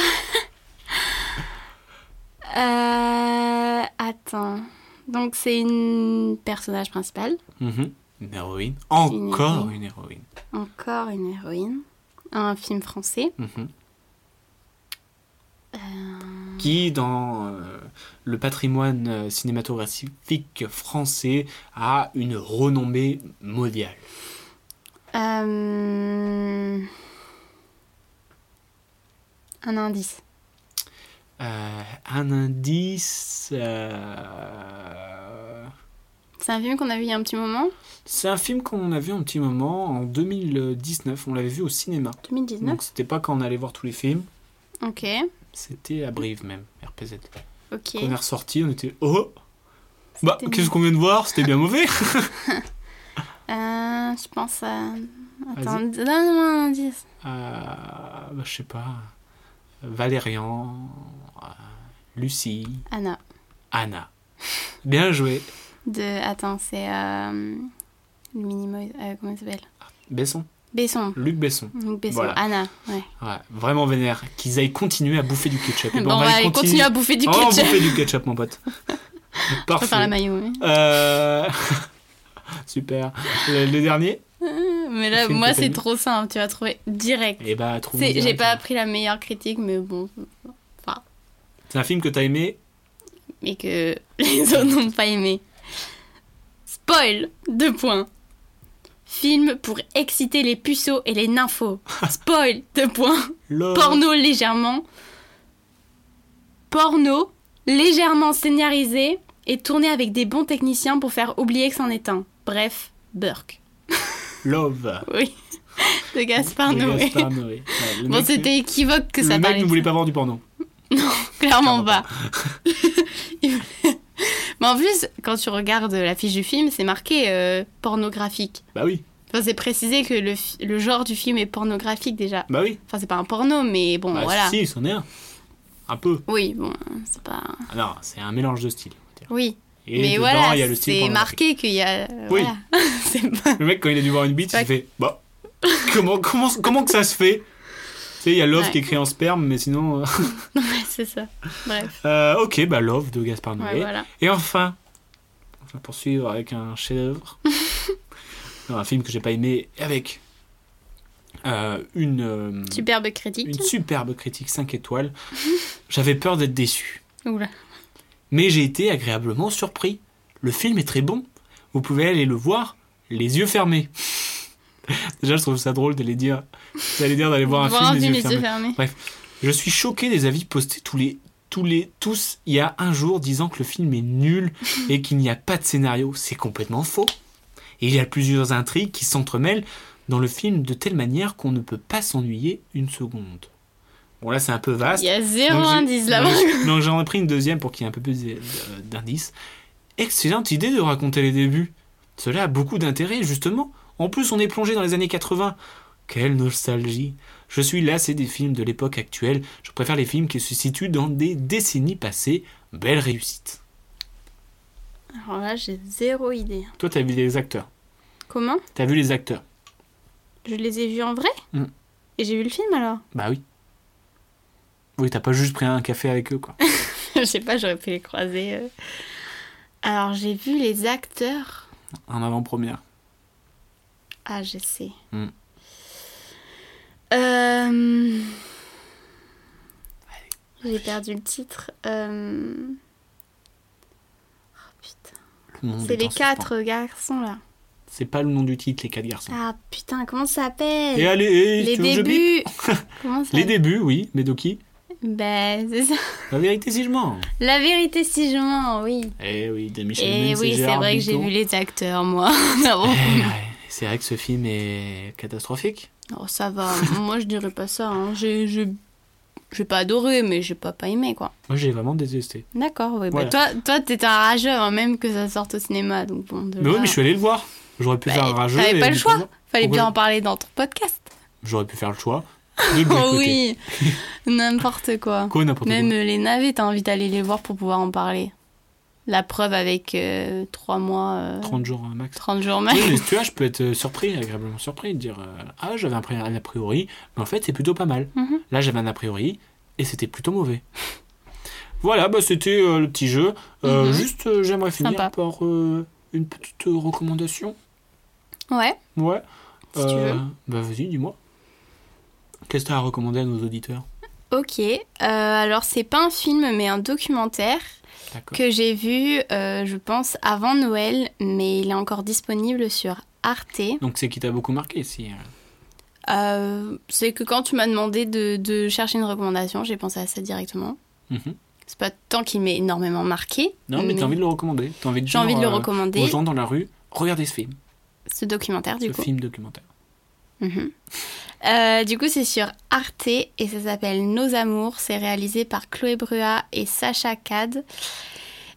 [SPEAKER 10] Euh. Attends. Donc, c'est une personnage principal.
[SPEAKER 9] Mhm. Une héroïne. Encore
[SPEAKER 10] héroïne.
[SPEAKER 9] une héroïne.
[SPEAKER 10] Encore une héroïne. Un film français.
[SPEAKER 9] Mhm. Qui, dans euh, le patrimoine euh, cinématographique français, a une renommée mondiale.
[SPEAKER 10] Euh, Un indice.
[SPEAKER 9] Euh, un indice. euh,
[SPEAKER 10] C'est un film qu'on a vu il y a un petit moment.
[SPEAKER 9] C'est un film qu'on a vu un petit moment en 2019. On l'avait vu au cinéma.
[SPEAKER 10] 2019.
[SPEAKER 9] Donc, c'était pas quand on allait voir tous les films.
[SPEAKER 10] Ok.
[SPEAKER 9] C'était à Brive, même, RPZ.
[SPEAKER 10] Ok.
[SPEAKER 9] Quand on est ressorti, on était oh Bah,
[SPEAKER 10] C'était
[SPEAKER 9] qu'est-ce qu'on vient de voir C'était bien mauvais
[SPEAKER 10] Euh, je pense à. Attends,
[SPEAKER 9] Vas-y.
[SPEAKER 10] donne-moi un indice.
[SPEAKER 9] Ah, Euh, bah, Je sais pas. Valérian, euh, Lucie,
[SPEAKER 10] Anna.
[SPEAKER 9] Anna. Bien joué.
[SPEAKER 10] De. Attends, c'est. Euh... Le minimo. euh, comment il s'appelle
[SPEAKER 9] Besson.
[SPEAKER 10] Besson.
[SPEAKER 9] Luc Besson.
[SPEAKER 10] Donc Besson.
[SPEAKER 9] Voilà.
[SPEAKER 10] Anna. Ouais.
[SPEAKER 9] Ouais, vraiment vénère. Qu'ils aillent continuer à bouffer du ketchup. Eh ben,
[SPEAKER 10] bon, on va aller continuer à bouffer du
[SPEAKER 9] Oh, on
[SPEAKER 10] ketchup.
[SPEAKER 9] bouffait du ketchup, mon pote.
[SPEAKER 10] Je préfère la
[SPEAKER 9] Parfait.
[SPEAKER 10] maillot, hein. oui.
[SPEAKER 9] Euh, Super. Le, le dernier
[SPEAKER 10] Mais
[SPEAKER 9] On
[SPEAKER 10] là,
[SPEAKER 9] fait une
[SPEAKER 10] moi, c'est
[SPEAKER 9] compagnie.
[SPEAKER 10] trop simple. Tu vas trouver direct.
[SPEAKER 9] Eh bah, trouve
[SPEAKER 10] C'est- J'ai
[SPEAKER 9] direct.
[SPEAKER 10] pas appris la meilleure critique, mais bon.
[SPEAKER 9] C'est un film que t'as aimé
[SPEAKER 10] Mais que les autres n'ont pas aimé. Spoil Deux points. Film pour exciter les puceaux et les nymphos. Spoil Deux points.
[SPEAKER 9] Lol.
[SPEAKER 10] Porno légèrement. Porno légèrement scénarisé et tourné avec des bons techniciens pour faire oublier que c'en est un. Bref, Burke.
[SPEAKER 9] Love.
[SPEAKER 10] Oui. De Gaspard
[SPEAKER 9] De
[SPEAKER 10] Noé.
[SPEAKER 9] Gaspard Noé. Ouais, le
[SPEAKER 10] Bon,
[SPEAKER 9] mec-
[SPEAKER 10] c'était équivoque que ça
[SPEAKER 9] Le mec
[SPEAKER 10] parlait.
[SPEAKER 9] ne
[SPEAKER 10] de
[SPEAKER 9] voulait
[SPEAKER 10] ça.
[SPEAKER 9] pas voir du porno.
[SPEAKER 10] Clairement
[SPEAKER 9] Clairement
[SPEAKER 10] pas. Il voulait- Mais en plus, quand tu regardes la fiche du film, c'est marqué euh, pornographique.
[SPEAKER 9] Bah oui.
[SPEAKER 10] Enfin, c'est précisé que le, fi- le genre du film est pornographique déjà.
[SPEAKER 9] Bah oui.
[SPEAKER 10] Enfin, c'est pas un porno, mais bon,
[SPEAKER 9] Bah
[SPEAKER 10] voilà.
[SPEAKER 9] si, c'en est un. Un peu.
[SPEAKER 10] Oui, bon, c'est pas.
[SPEAKER 9] Ah Non, c'est un mélange de styles. on va dire.
[SPEAKER 10] Oui.
[SPEAKER 9] Et
[SPEAKER 10] mais
[SPEAKER 9] dedans,
[SPEAKER 10] voilà,
[SPEAKER 9] il y a le style
[SPEAKER 10] c'est
[SPEAKER 9] pornographique.
[SPEAKER 10] marqué qu'il y a. euh,
[SPEAKER 9] Oui.
[SPEAKER 10] Voilà. c'est pas.
[SPEAKER 9] Le mec, quand il a dû voir une bite,
[SPEAKER 10] Ouais.
[SPEAKER 9] il fait Bah, comment, comment, comment que ça se fait Tu sais, il y a Love
[SPEAKER 10] Ouais.
[SPEAKER 9] qui est écrit en sperme, mais sinon. euh,
[SPEAKER 10] Ouais, c'est ça. Bref.
[SPEAKER 9] euh, ok, bah Love de Gaspard Noé.
[SPEAKER 10] Ouais, voilà.
[SPEAKER 9] Et enfin, on va poursuivre avec un chef-d'œuvre. Non, un film que j'ai pas aimé, avec euh, une, euh,
[SPEAKER 10] Superbe critique.
[SPEAKER 9] une superbe critique 5 étoiles. J'avais peur d'être déçu.
[SPEAKER 10] Oula.
[SPEAKER 9] Mais j'ai été agréablement surpris. Le film est très bon. Vous pouvez aller le voir les yeux fermés. Déjà, je trouve ça drôle d'aller dire, d'aller dire d'aller voir un film les yeux fermés.
[SPEAKER 10] fermés.
[SPEAKER 9] Je suis choqué des avis postés tous les tous les tous il y a un jour disant que le film est nul et qu'il n'y a pas de scénario. C'est complètement faux. Et il y a plusieurs intrigues qui s'entremêlent dans le film de telle manière qu'on ne peut pas s'ennuyer une seconde. Bon là c'est un peu vaste.
[SPEAKER 10] Il y a zéro
[SPEAKER 9] j'ai-
[SPEAKER 10] indice là-bas.
[SPEAKER 9] donc j'ai- Donc j'en ai pris une deuxième pour qu'il y ait un peu plus d- euh, d'indices. Excellente idée de raconter les débuts. Cela a beaucoup d'intérêt, justement. En plus, on est plongé dans les années 80. Quelle nostalgie. Je suis lassé des films de l'époque actuelle. Je préfère les films qui se situent dans des décennies passées. Belle réussite.
[SPEAKER 10] Alors là, j'ai zéro idée.
[SPEAKER 9] Toi, t'as vu les acteurs.
[SPEAKER 10] Comment
[SPEAKER 9] T'as vu les acteurs.
[SPEAKER 10] Je les ai vus en vrai
[SPEAKER 9] Mm.
[SPEAKER 10] Et j'ai vu le film alors
[SPEAKER 9] Bah oui. Oui, t'as pas juste pris un café avec eux, quoi.
[SPEAKER 10] Je sais pas, j'aurais pu les croiser. euh. Alors j'ai vu les acteurs.
[SPEAKER 9] En avant-première.
[SPEAKER 10] Ah, je sais.
[SPEAKER 9] Mm.
[SPEAKER 10] Euh, J'ai perdu le titre. euh, oh, putain.
[SPEAKER 9] Le nom
[SPEAKER 10] C'est
[SPEAKER 9] est en
[SPEAKER 10] les
[SPEAKER 9] suspens.
[SPEAKER 10] quatre garçons là.
[SPEAKER 9] C'est pas le nom du titre, les quatre garçons.
[SPEAKER 10] Ah putain, comment ça
[SPEAKER 9] Et
[SPEAKER 10] s'appelle
[SPEAKER 9] allez, eh,
[SPEAKER 10] Les
[SPEAKER 9] tu veux que je bip
[SPEAKER 10] débuts. comment ça
[SPEAKER 9] Les débuts, oui, mais de qui
[SPEAKER 10] Ben, c'est ça.
[SPEAKER 9] La vérité, si je mens.
[SPEAKER 10] La vérité si je mens, oui.
[SPEAKER 9] Eh oui, de Michel
[SPEAKER 10] Et
[SPEAKER 9] Mendes
[SPEAKER 10] oui, c'est
[SPEAKER 9] Gérard
[SPEAKER 10] vrai que j'ai
[SPEAKER 9] Buteau.
[SPEAKER 10] vu les acteurs, moi. Non, bon.
[SPEAKER 9] Eh ouais, C'est vrai que ce film est catastrophique.
[SPEAKER 10] Oh, ça va. Moi, je dirais pas ça. hein. J'ai, j'ai- j'ai pas adoré, mais j'ai pas pas aimé, quoi.
[SPEAKER 9] Moi, j'ai vraiment détesté.
[SPEAKER 10] D'accord, oui. Bah,
[SPEAKER 9] Voilà.
[SPEAKER 10] toi, toi, t'es un rageux avant même que ça sorte au cinéma, donc bon. déjà-
[SPEAKER 9] Mais oui, mais je suis allé le voir. J'aurais pu
[SPEAKER 10] Bah,
[SPEAKER 9] faire un rageux.
[SPEAKER 10] T'avais
[SPEAKER 9] et
[SPEAKER 10] pas le
[SPEAKER 9] du
[SPEAKER 10] choix.
[SPEAKER 9] coup,
[SPEAKER 10] Fallait bien
[SPEAKER 9] Pourquoi
[SPEAKER 10] en parler dans ton podcast.
[SPEAKER 9] J'aurais pu faire le choix. De bon
[SPEAKER 10] Oh
[SPEAKER 9] côté.
[SPEAKER 10] oui, n'importe quoi.
[SPEAKER 9] Quoi, n'importe
[SPEAKER 10] Même
[SPEAKER 9] quoi.
[SPEAKER 10] euh, les navets, t'as envie d'aller les voir pour pouvoir en parler. La preuve avec 3 mois, euh, 30...
[SPEAKER 9] 30 jours hein, max.
[SPEAKER 10] jours max.
[SPEAKER 9] Oui, mais tu vois, je peux être euh, surpris, agréablement surpris, de dire euh, Ah, j'avais un, pré- un a priori, mais en fait, c'est plutôt pas mal.
[SPEAKER 10] Mhm.
[SPEAKER 9] Là, j'avais un a priori, et c'était plutôt mauvais. voilà, bah, c'était euh, le petit jeu. Euh,
[SPEAKER 10] Mhm.
[SPEAKER 9] Juste, euh, j'aimerais finir
[SPEAKER 10] Sympa.
[SPEAKER 9] par euh, une petite euh, recommandation.
[SPEAKER 10] Ouais,
[SPEAKER 9] Ouais.
[SPEAKER 10] Si tu veux.
[SPEAKER 9] Bah, vas-y, dis-moi. Qu'est-ce que tu as à recommander à nos auditeurs
[SPEAKER 10] ok. Euh, alors, c'est pas un film, mais un documentaire.
[SPEAKER 9] D'accord.
[SPEAKER 10] que j'ai vu, euh, je pense, avant Noël, mais il est encore disponible sur Arte.
[SPEAKER 9] Donc, c'est qui t'a beaucoup marqué si, euh,
[SPEAKER 10] Euh, c'est que quand tu m'as demandé de, de chercher une recommandation, j'ai pensé à ça directement.
[SPEAKER 9] mhm.
[SPEAKER 10] C'est pas tant qu'il m'ait énormément marqué.
[SPEAKER 9] Non, mais, t'as envie de le recommander. T'as envie de
[SPEAKER 10] J'ai
[SPEAKER 9] dire,
[SPEAKER 10] envie de le
[SPEAKER 9] euh,
[SPEAKER 10] recommander,
[SPEAKER 9] aux gens dans la rue, regardez ce film,
[SPEAKER 10] ce documentaire
[SPEAKER 9] ce
[SPEAKER 10] du coup.
[SPEAKER 9] film documentaire.
[SPEAKER 10] Mhm. Euh, du coup, c'est sur Arte et ça s'appelle Nos Amours. C'est réalisé par Chloé Brua et Sacha Cad.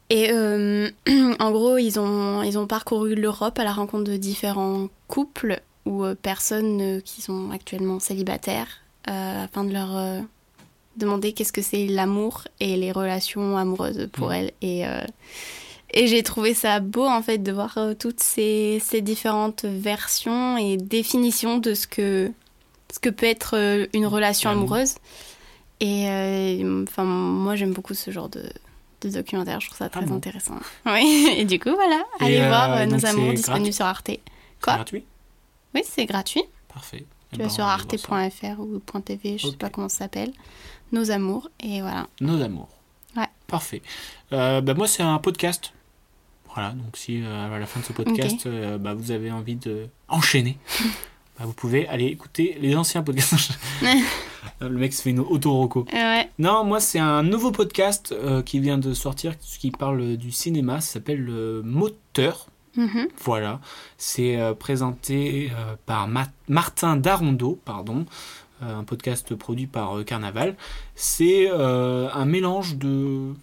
[SPEAKER 10] Et euh, en gros, ils ont, ils ont parcouru l'Europe à la rencontre de différents couples ou euh, personnes euh, qui sont actuellement célibataires euh, afin de leur euh, demander qu'est-ce que c'est l'amour et les relations amoureuses pour elles. Et, euh, et j'ai trouvé ça beau en fait de voir euh, toutes ces, ces différentes versions et définitions de ce que, ce que peut être euh, une relation
[SPEAKER 9] L'amour.
[SPEAKER 10] amoureuse. Et euh, enfin, moi j'aime beaucoup ce genre de, de documentaire, je trouve ça très
[SPEAKER 9] Ah bon
[SPEAKER 10] intéressant. Oui. Et du coup, voilà,
[SPEAKER 9] Et,
[SPEAKER 10] allez
[SPEAKER 9] euh,
[SPEAKER 10] voir euh,
[SPEAKER 9] donc
[SPEAKER 10] Nos
[SPEAKER 9] c'est
[SPEAKER 10] Amours
[SPEAKER 9] gratuit
[SPEAKER 10] disponibles sur Arte. Quoi
[SPEAKER 9] C'est gratuit
[SPEAKER 10] Oui, c'est gratuit.
[SPEAKER 9] Parfait. Eh
[SPEAKER 10] Tu
[SPEAKER 9] ben,
[SPEAKER 10] vas sur
[SPEAKER 9] on va voir ça.
[SPEAKER 10] arte.fr ou .tv, je sais
[SPEAKER 9] Ok.
[SPEAKER 10] pas comment ça s'appelle. Nos amours, et voilà.
[SPEAKER 9] Nos amours.
[SPEAKER 10] Ouais.
[SPEAKER 9] Parfait. Euh, bah, moi, c'est un podcast. Voilà, donc si euh, à la fin de ce podcast, euh, bah, vous avez envie de enchaîner, bah, vous pouvez aller écouter les anciens podcasts. Le mec se fait une auto-roco.
[SPEAKER 10] Ouais,
[SPEAKER 9] Non, moi, c'est un nouveau podcast euh, qui vient de sortir, qui parle du cinéma. Ça s'appelle euh, Moteur.
[SPEAKER 10] Mhm.
[SPEAKER 9] Voilà, c'est euh, présenté euh, par Ma- Martin Darondo, pardon, euh, un podcast produit par euh, Carnaval. C'est euh, un mélange de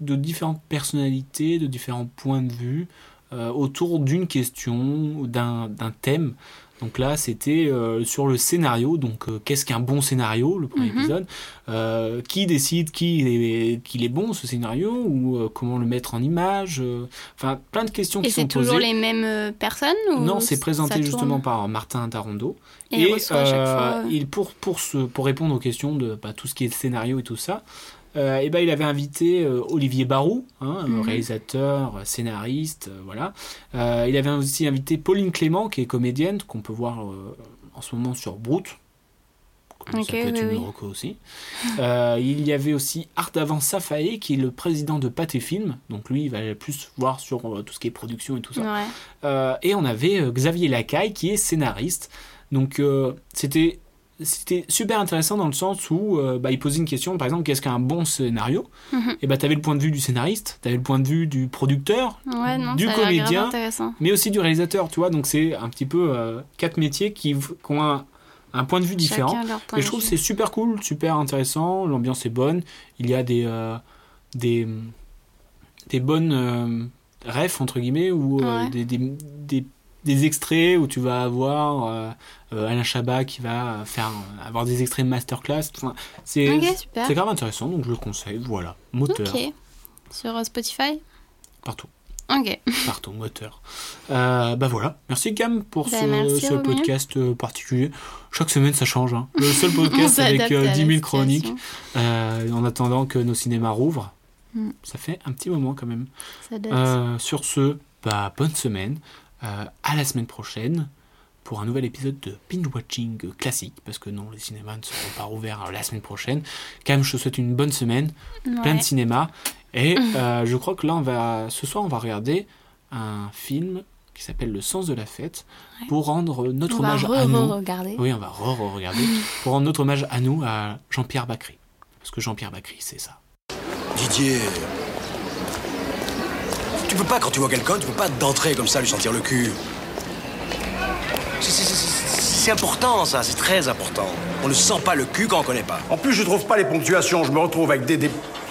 [SPEAKER 9] de différentes personnalités, de différents points de vue euh, autour d'une question, d'un d'un thème. Donc là, c'était euh, sur le scénario. Donc, euh, qu'est-ce qu'un bon scénario, le premier
[SPEAKER 10] Mhm.
[SPEAKER 9] épisode Euh, Qui décide qu'il est, qu'il est bon, ce scénario Ou euh, comment le mettre en image Euh, Enfin, plein de questions
[SPEAKER 10] Et
[SPEAKER 9] qui sont
[SPEAKER 10] c'est
[SPEAKER 9] posées.
[SPEAKER 10] toujours les mêmes euh, personnes ou
[SPEAKER 9] Non, c'est
[SPEAKER 10] ça
[SPEAKER 9] présenté
[SPEAKER 10] tourne
[SPEAKER 9] justement par Martin Darondo.
[SPEAKER 10] Et, il reçoit à chaque
[SPEAKER 9] euh,
[SPEAKER 10] fois. euh,
[SPEAKER 9] il- pour, pour, ce, pour répondre aux questions de bah, tout ce qui est scénario et tout ça, euh, eh ben, il avait invité euh, Olivier Barou, hein, euh,
[SPEAKER 10] Mhm.
[SPEAKER 9] réalisateur, euh, scénariste, euh, voilà. Euh, il avait aussi invité Pauline Clément, qui est comédienne, qu'on peut voir euh, en ce moment sur Brute. Comme
[SPEAKER 10] Ok,
[SPEAKER 9] ça peut être
[SPEAKER 10] oui,
[SPEAKER 9] une
[SPEAKER 10] oui.
[SPEAKER 9] reco aussi. Euh, il y avait aussi Ardavan Safaé, qui est le président de Pathé Film. Donc lui, il va plus voir sur euh, tout ce qui est production et tout ça.
[SPEAKER 10] ouais.
[SPEAKER 9] Euh, et on avait euh, Xavier Lacaille qui est scénariste. Donc euh, c'était c'était super intéressant dans le sens où euh, bah, il posait une question, par exemple, qu'est-ce qu'un bon scénario
[SPEAKER 10] Mhm.
[SPEAKER 9] Et bah t'avais le point de vue du scénariste, t'avais le point de vue du producteur,
[SPEAKER 10] Ouais, non,
[SPEAKER 9] Du
[SPEAKER 10] ça a l'air grave
[SPEAKER 9] comédien.
[SPEAKER 10] intéressant.
[SPEAKER 9] mais aussi du réalisateur, tu vois. Donc c'est un petit peu euh, quatre métiers qui, v- qui ont un, un point de vue différent.
[SPEAKER 10] Chacun leur point
[SPEAKER 9] Et
[SPEAKER 10] de
[SPEAKER 9] je trouve que
[SPEAKER 10] vue.
[SPEAKER 9] c'est super cool, super intéressant, l'ambiance est bonne, il y a des, euh, des, des bonnes euh, refs, entre guillemets, ou euh,
[SPEAKER 10] Ouais.
[SPEAKER 9] des, des, des- des extraits où tu vas avoir euh, euh, Alain Chabat qui va faire, euh, avoir des extraits de masterclass. Enfin, c'est
[SPEAKER 10] Ok, super.
[SPEAKER 9] c'est grave intéressant, donc je le conseille. Voilà, moteur,
[SPEAKER 10] Ok. Sur euh, Spotify
[SPEAKER 9] partout,
[SPEAKER 10] Ok.
[SPEAKER 9] partout, moteur. Euh, bah voilà, merci Cam pour
[SPEAKER 10] Bah,
[SPEAKER 9] ce,
[SPEAKER 10] merci,
[SPEAKER 9] ce
[SPEAKER 10] Romain.
[SPEAKER 9] podcast euh, particulier. Chaque semaine ça change, hein. le seul podcast
[SPEAKER 10] On
[SPEAKER 9] avec
[SPEAKER 10] s'adapte
[SPEAKER 9] euh, 10
[SPEAKER 10] à la
[SPEAKER 9] 000
[SPEAKER 10] situation.
[SPEAKER 9] chroniques. Euh, en attendant que nos cinémas rouvrent.
[SPEAKER 10] Mm.
[SPEAKER 9] Ça fait un petit moment quand même.
[SPEAKER 10] Ça date.
[SPEAKER 9] Euh, sur ce, bah, bonne semaine. Euh, à la semaine prochaine pour un nouvel épisode de Binge Watching classique. Parce que non, les cinémas ne seront pas rouverts euh, la semaine prochaine. Quand même, je te souhaite une bonne semaine. Plein
[SPEAKER 10] Ouais.
[SPEAKER 9] de cinéma. Et euh, je crois que là, on va, ce soir, on va regarder un film qui s'appelle Le sens de la fête pour rendre notre
[SPEAKER 10] On va
[SPEAKER 9] hommage à nous.
[SPEAKER 10] re-regarder.
[SPEAKER 9] Oui, on va re-regarder pour rendre notre hommage à nous, à Jean-Pierre Bacry. Parce que Jean-Pierre Bacry, c'est ça.
[SPEAKER 7] Didier. Tu peux pas, quand tu vois quelqu'un, tu peux pas d'entrer comme ça, lui sentir le cul. C'est- c'est- C'est c'est important, ça, c'est très important. On ne sent pas le cul quand on connaît pas.
[SPEAKER 8] En plus, je trouve pas les ponctuations. Je me retrouve avec des, des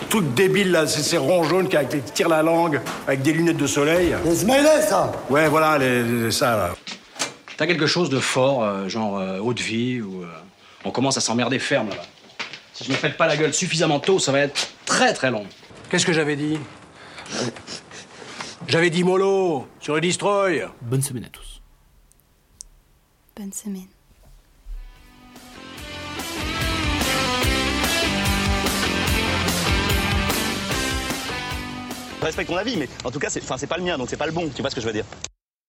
[SPEAKER 8] trucs débiles, là, ces, ces ronds jaunes qui, avec les- qui tirent la langue, avec des lunettes de soleil.
[SPEAKER 1] Les Smiley, ça
[SPEAKER 8] Ouais, voilà, les, les- ça, là.
[SPEAKER 2] T'as quelque chose de fort, euh, genre euh, eau de vie, ou euh, on commence à s'emmerder ferme là-bas. Si je me fais pas la gueule suffisamment tôt, ça va être très très long.
[SPEAKER 7] Qu'est-ce que j'avais dit J'avais dit mollo sur le destroy.
[SPEAKER 9] Bonne semaine à tous.
[SPEAKER 10] Bonne semaine.
[SPEAKER 3] Je respecte ton avis, mais en tout cas, c'est enfin, c'est pas le mien, donc c'est pas le bon. Tu vois ce que je veux dire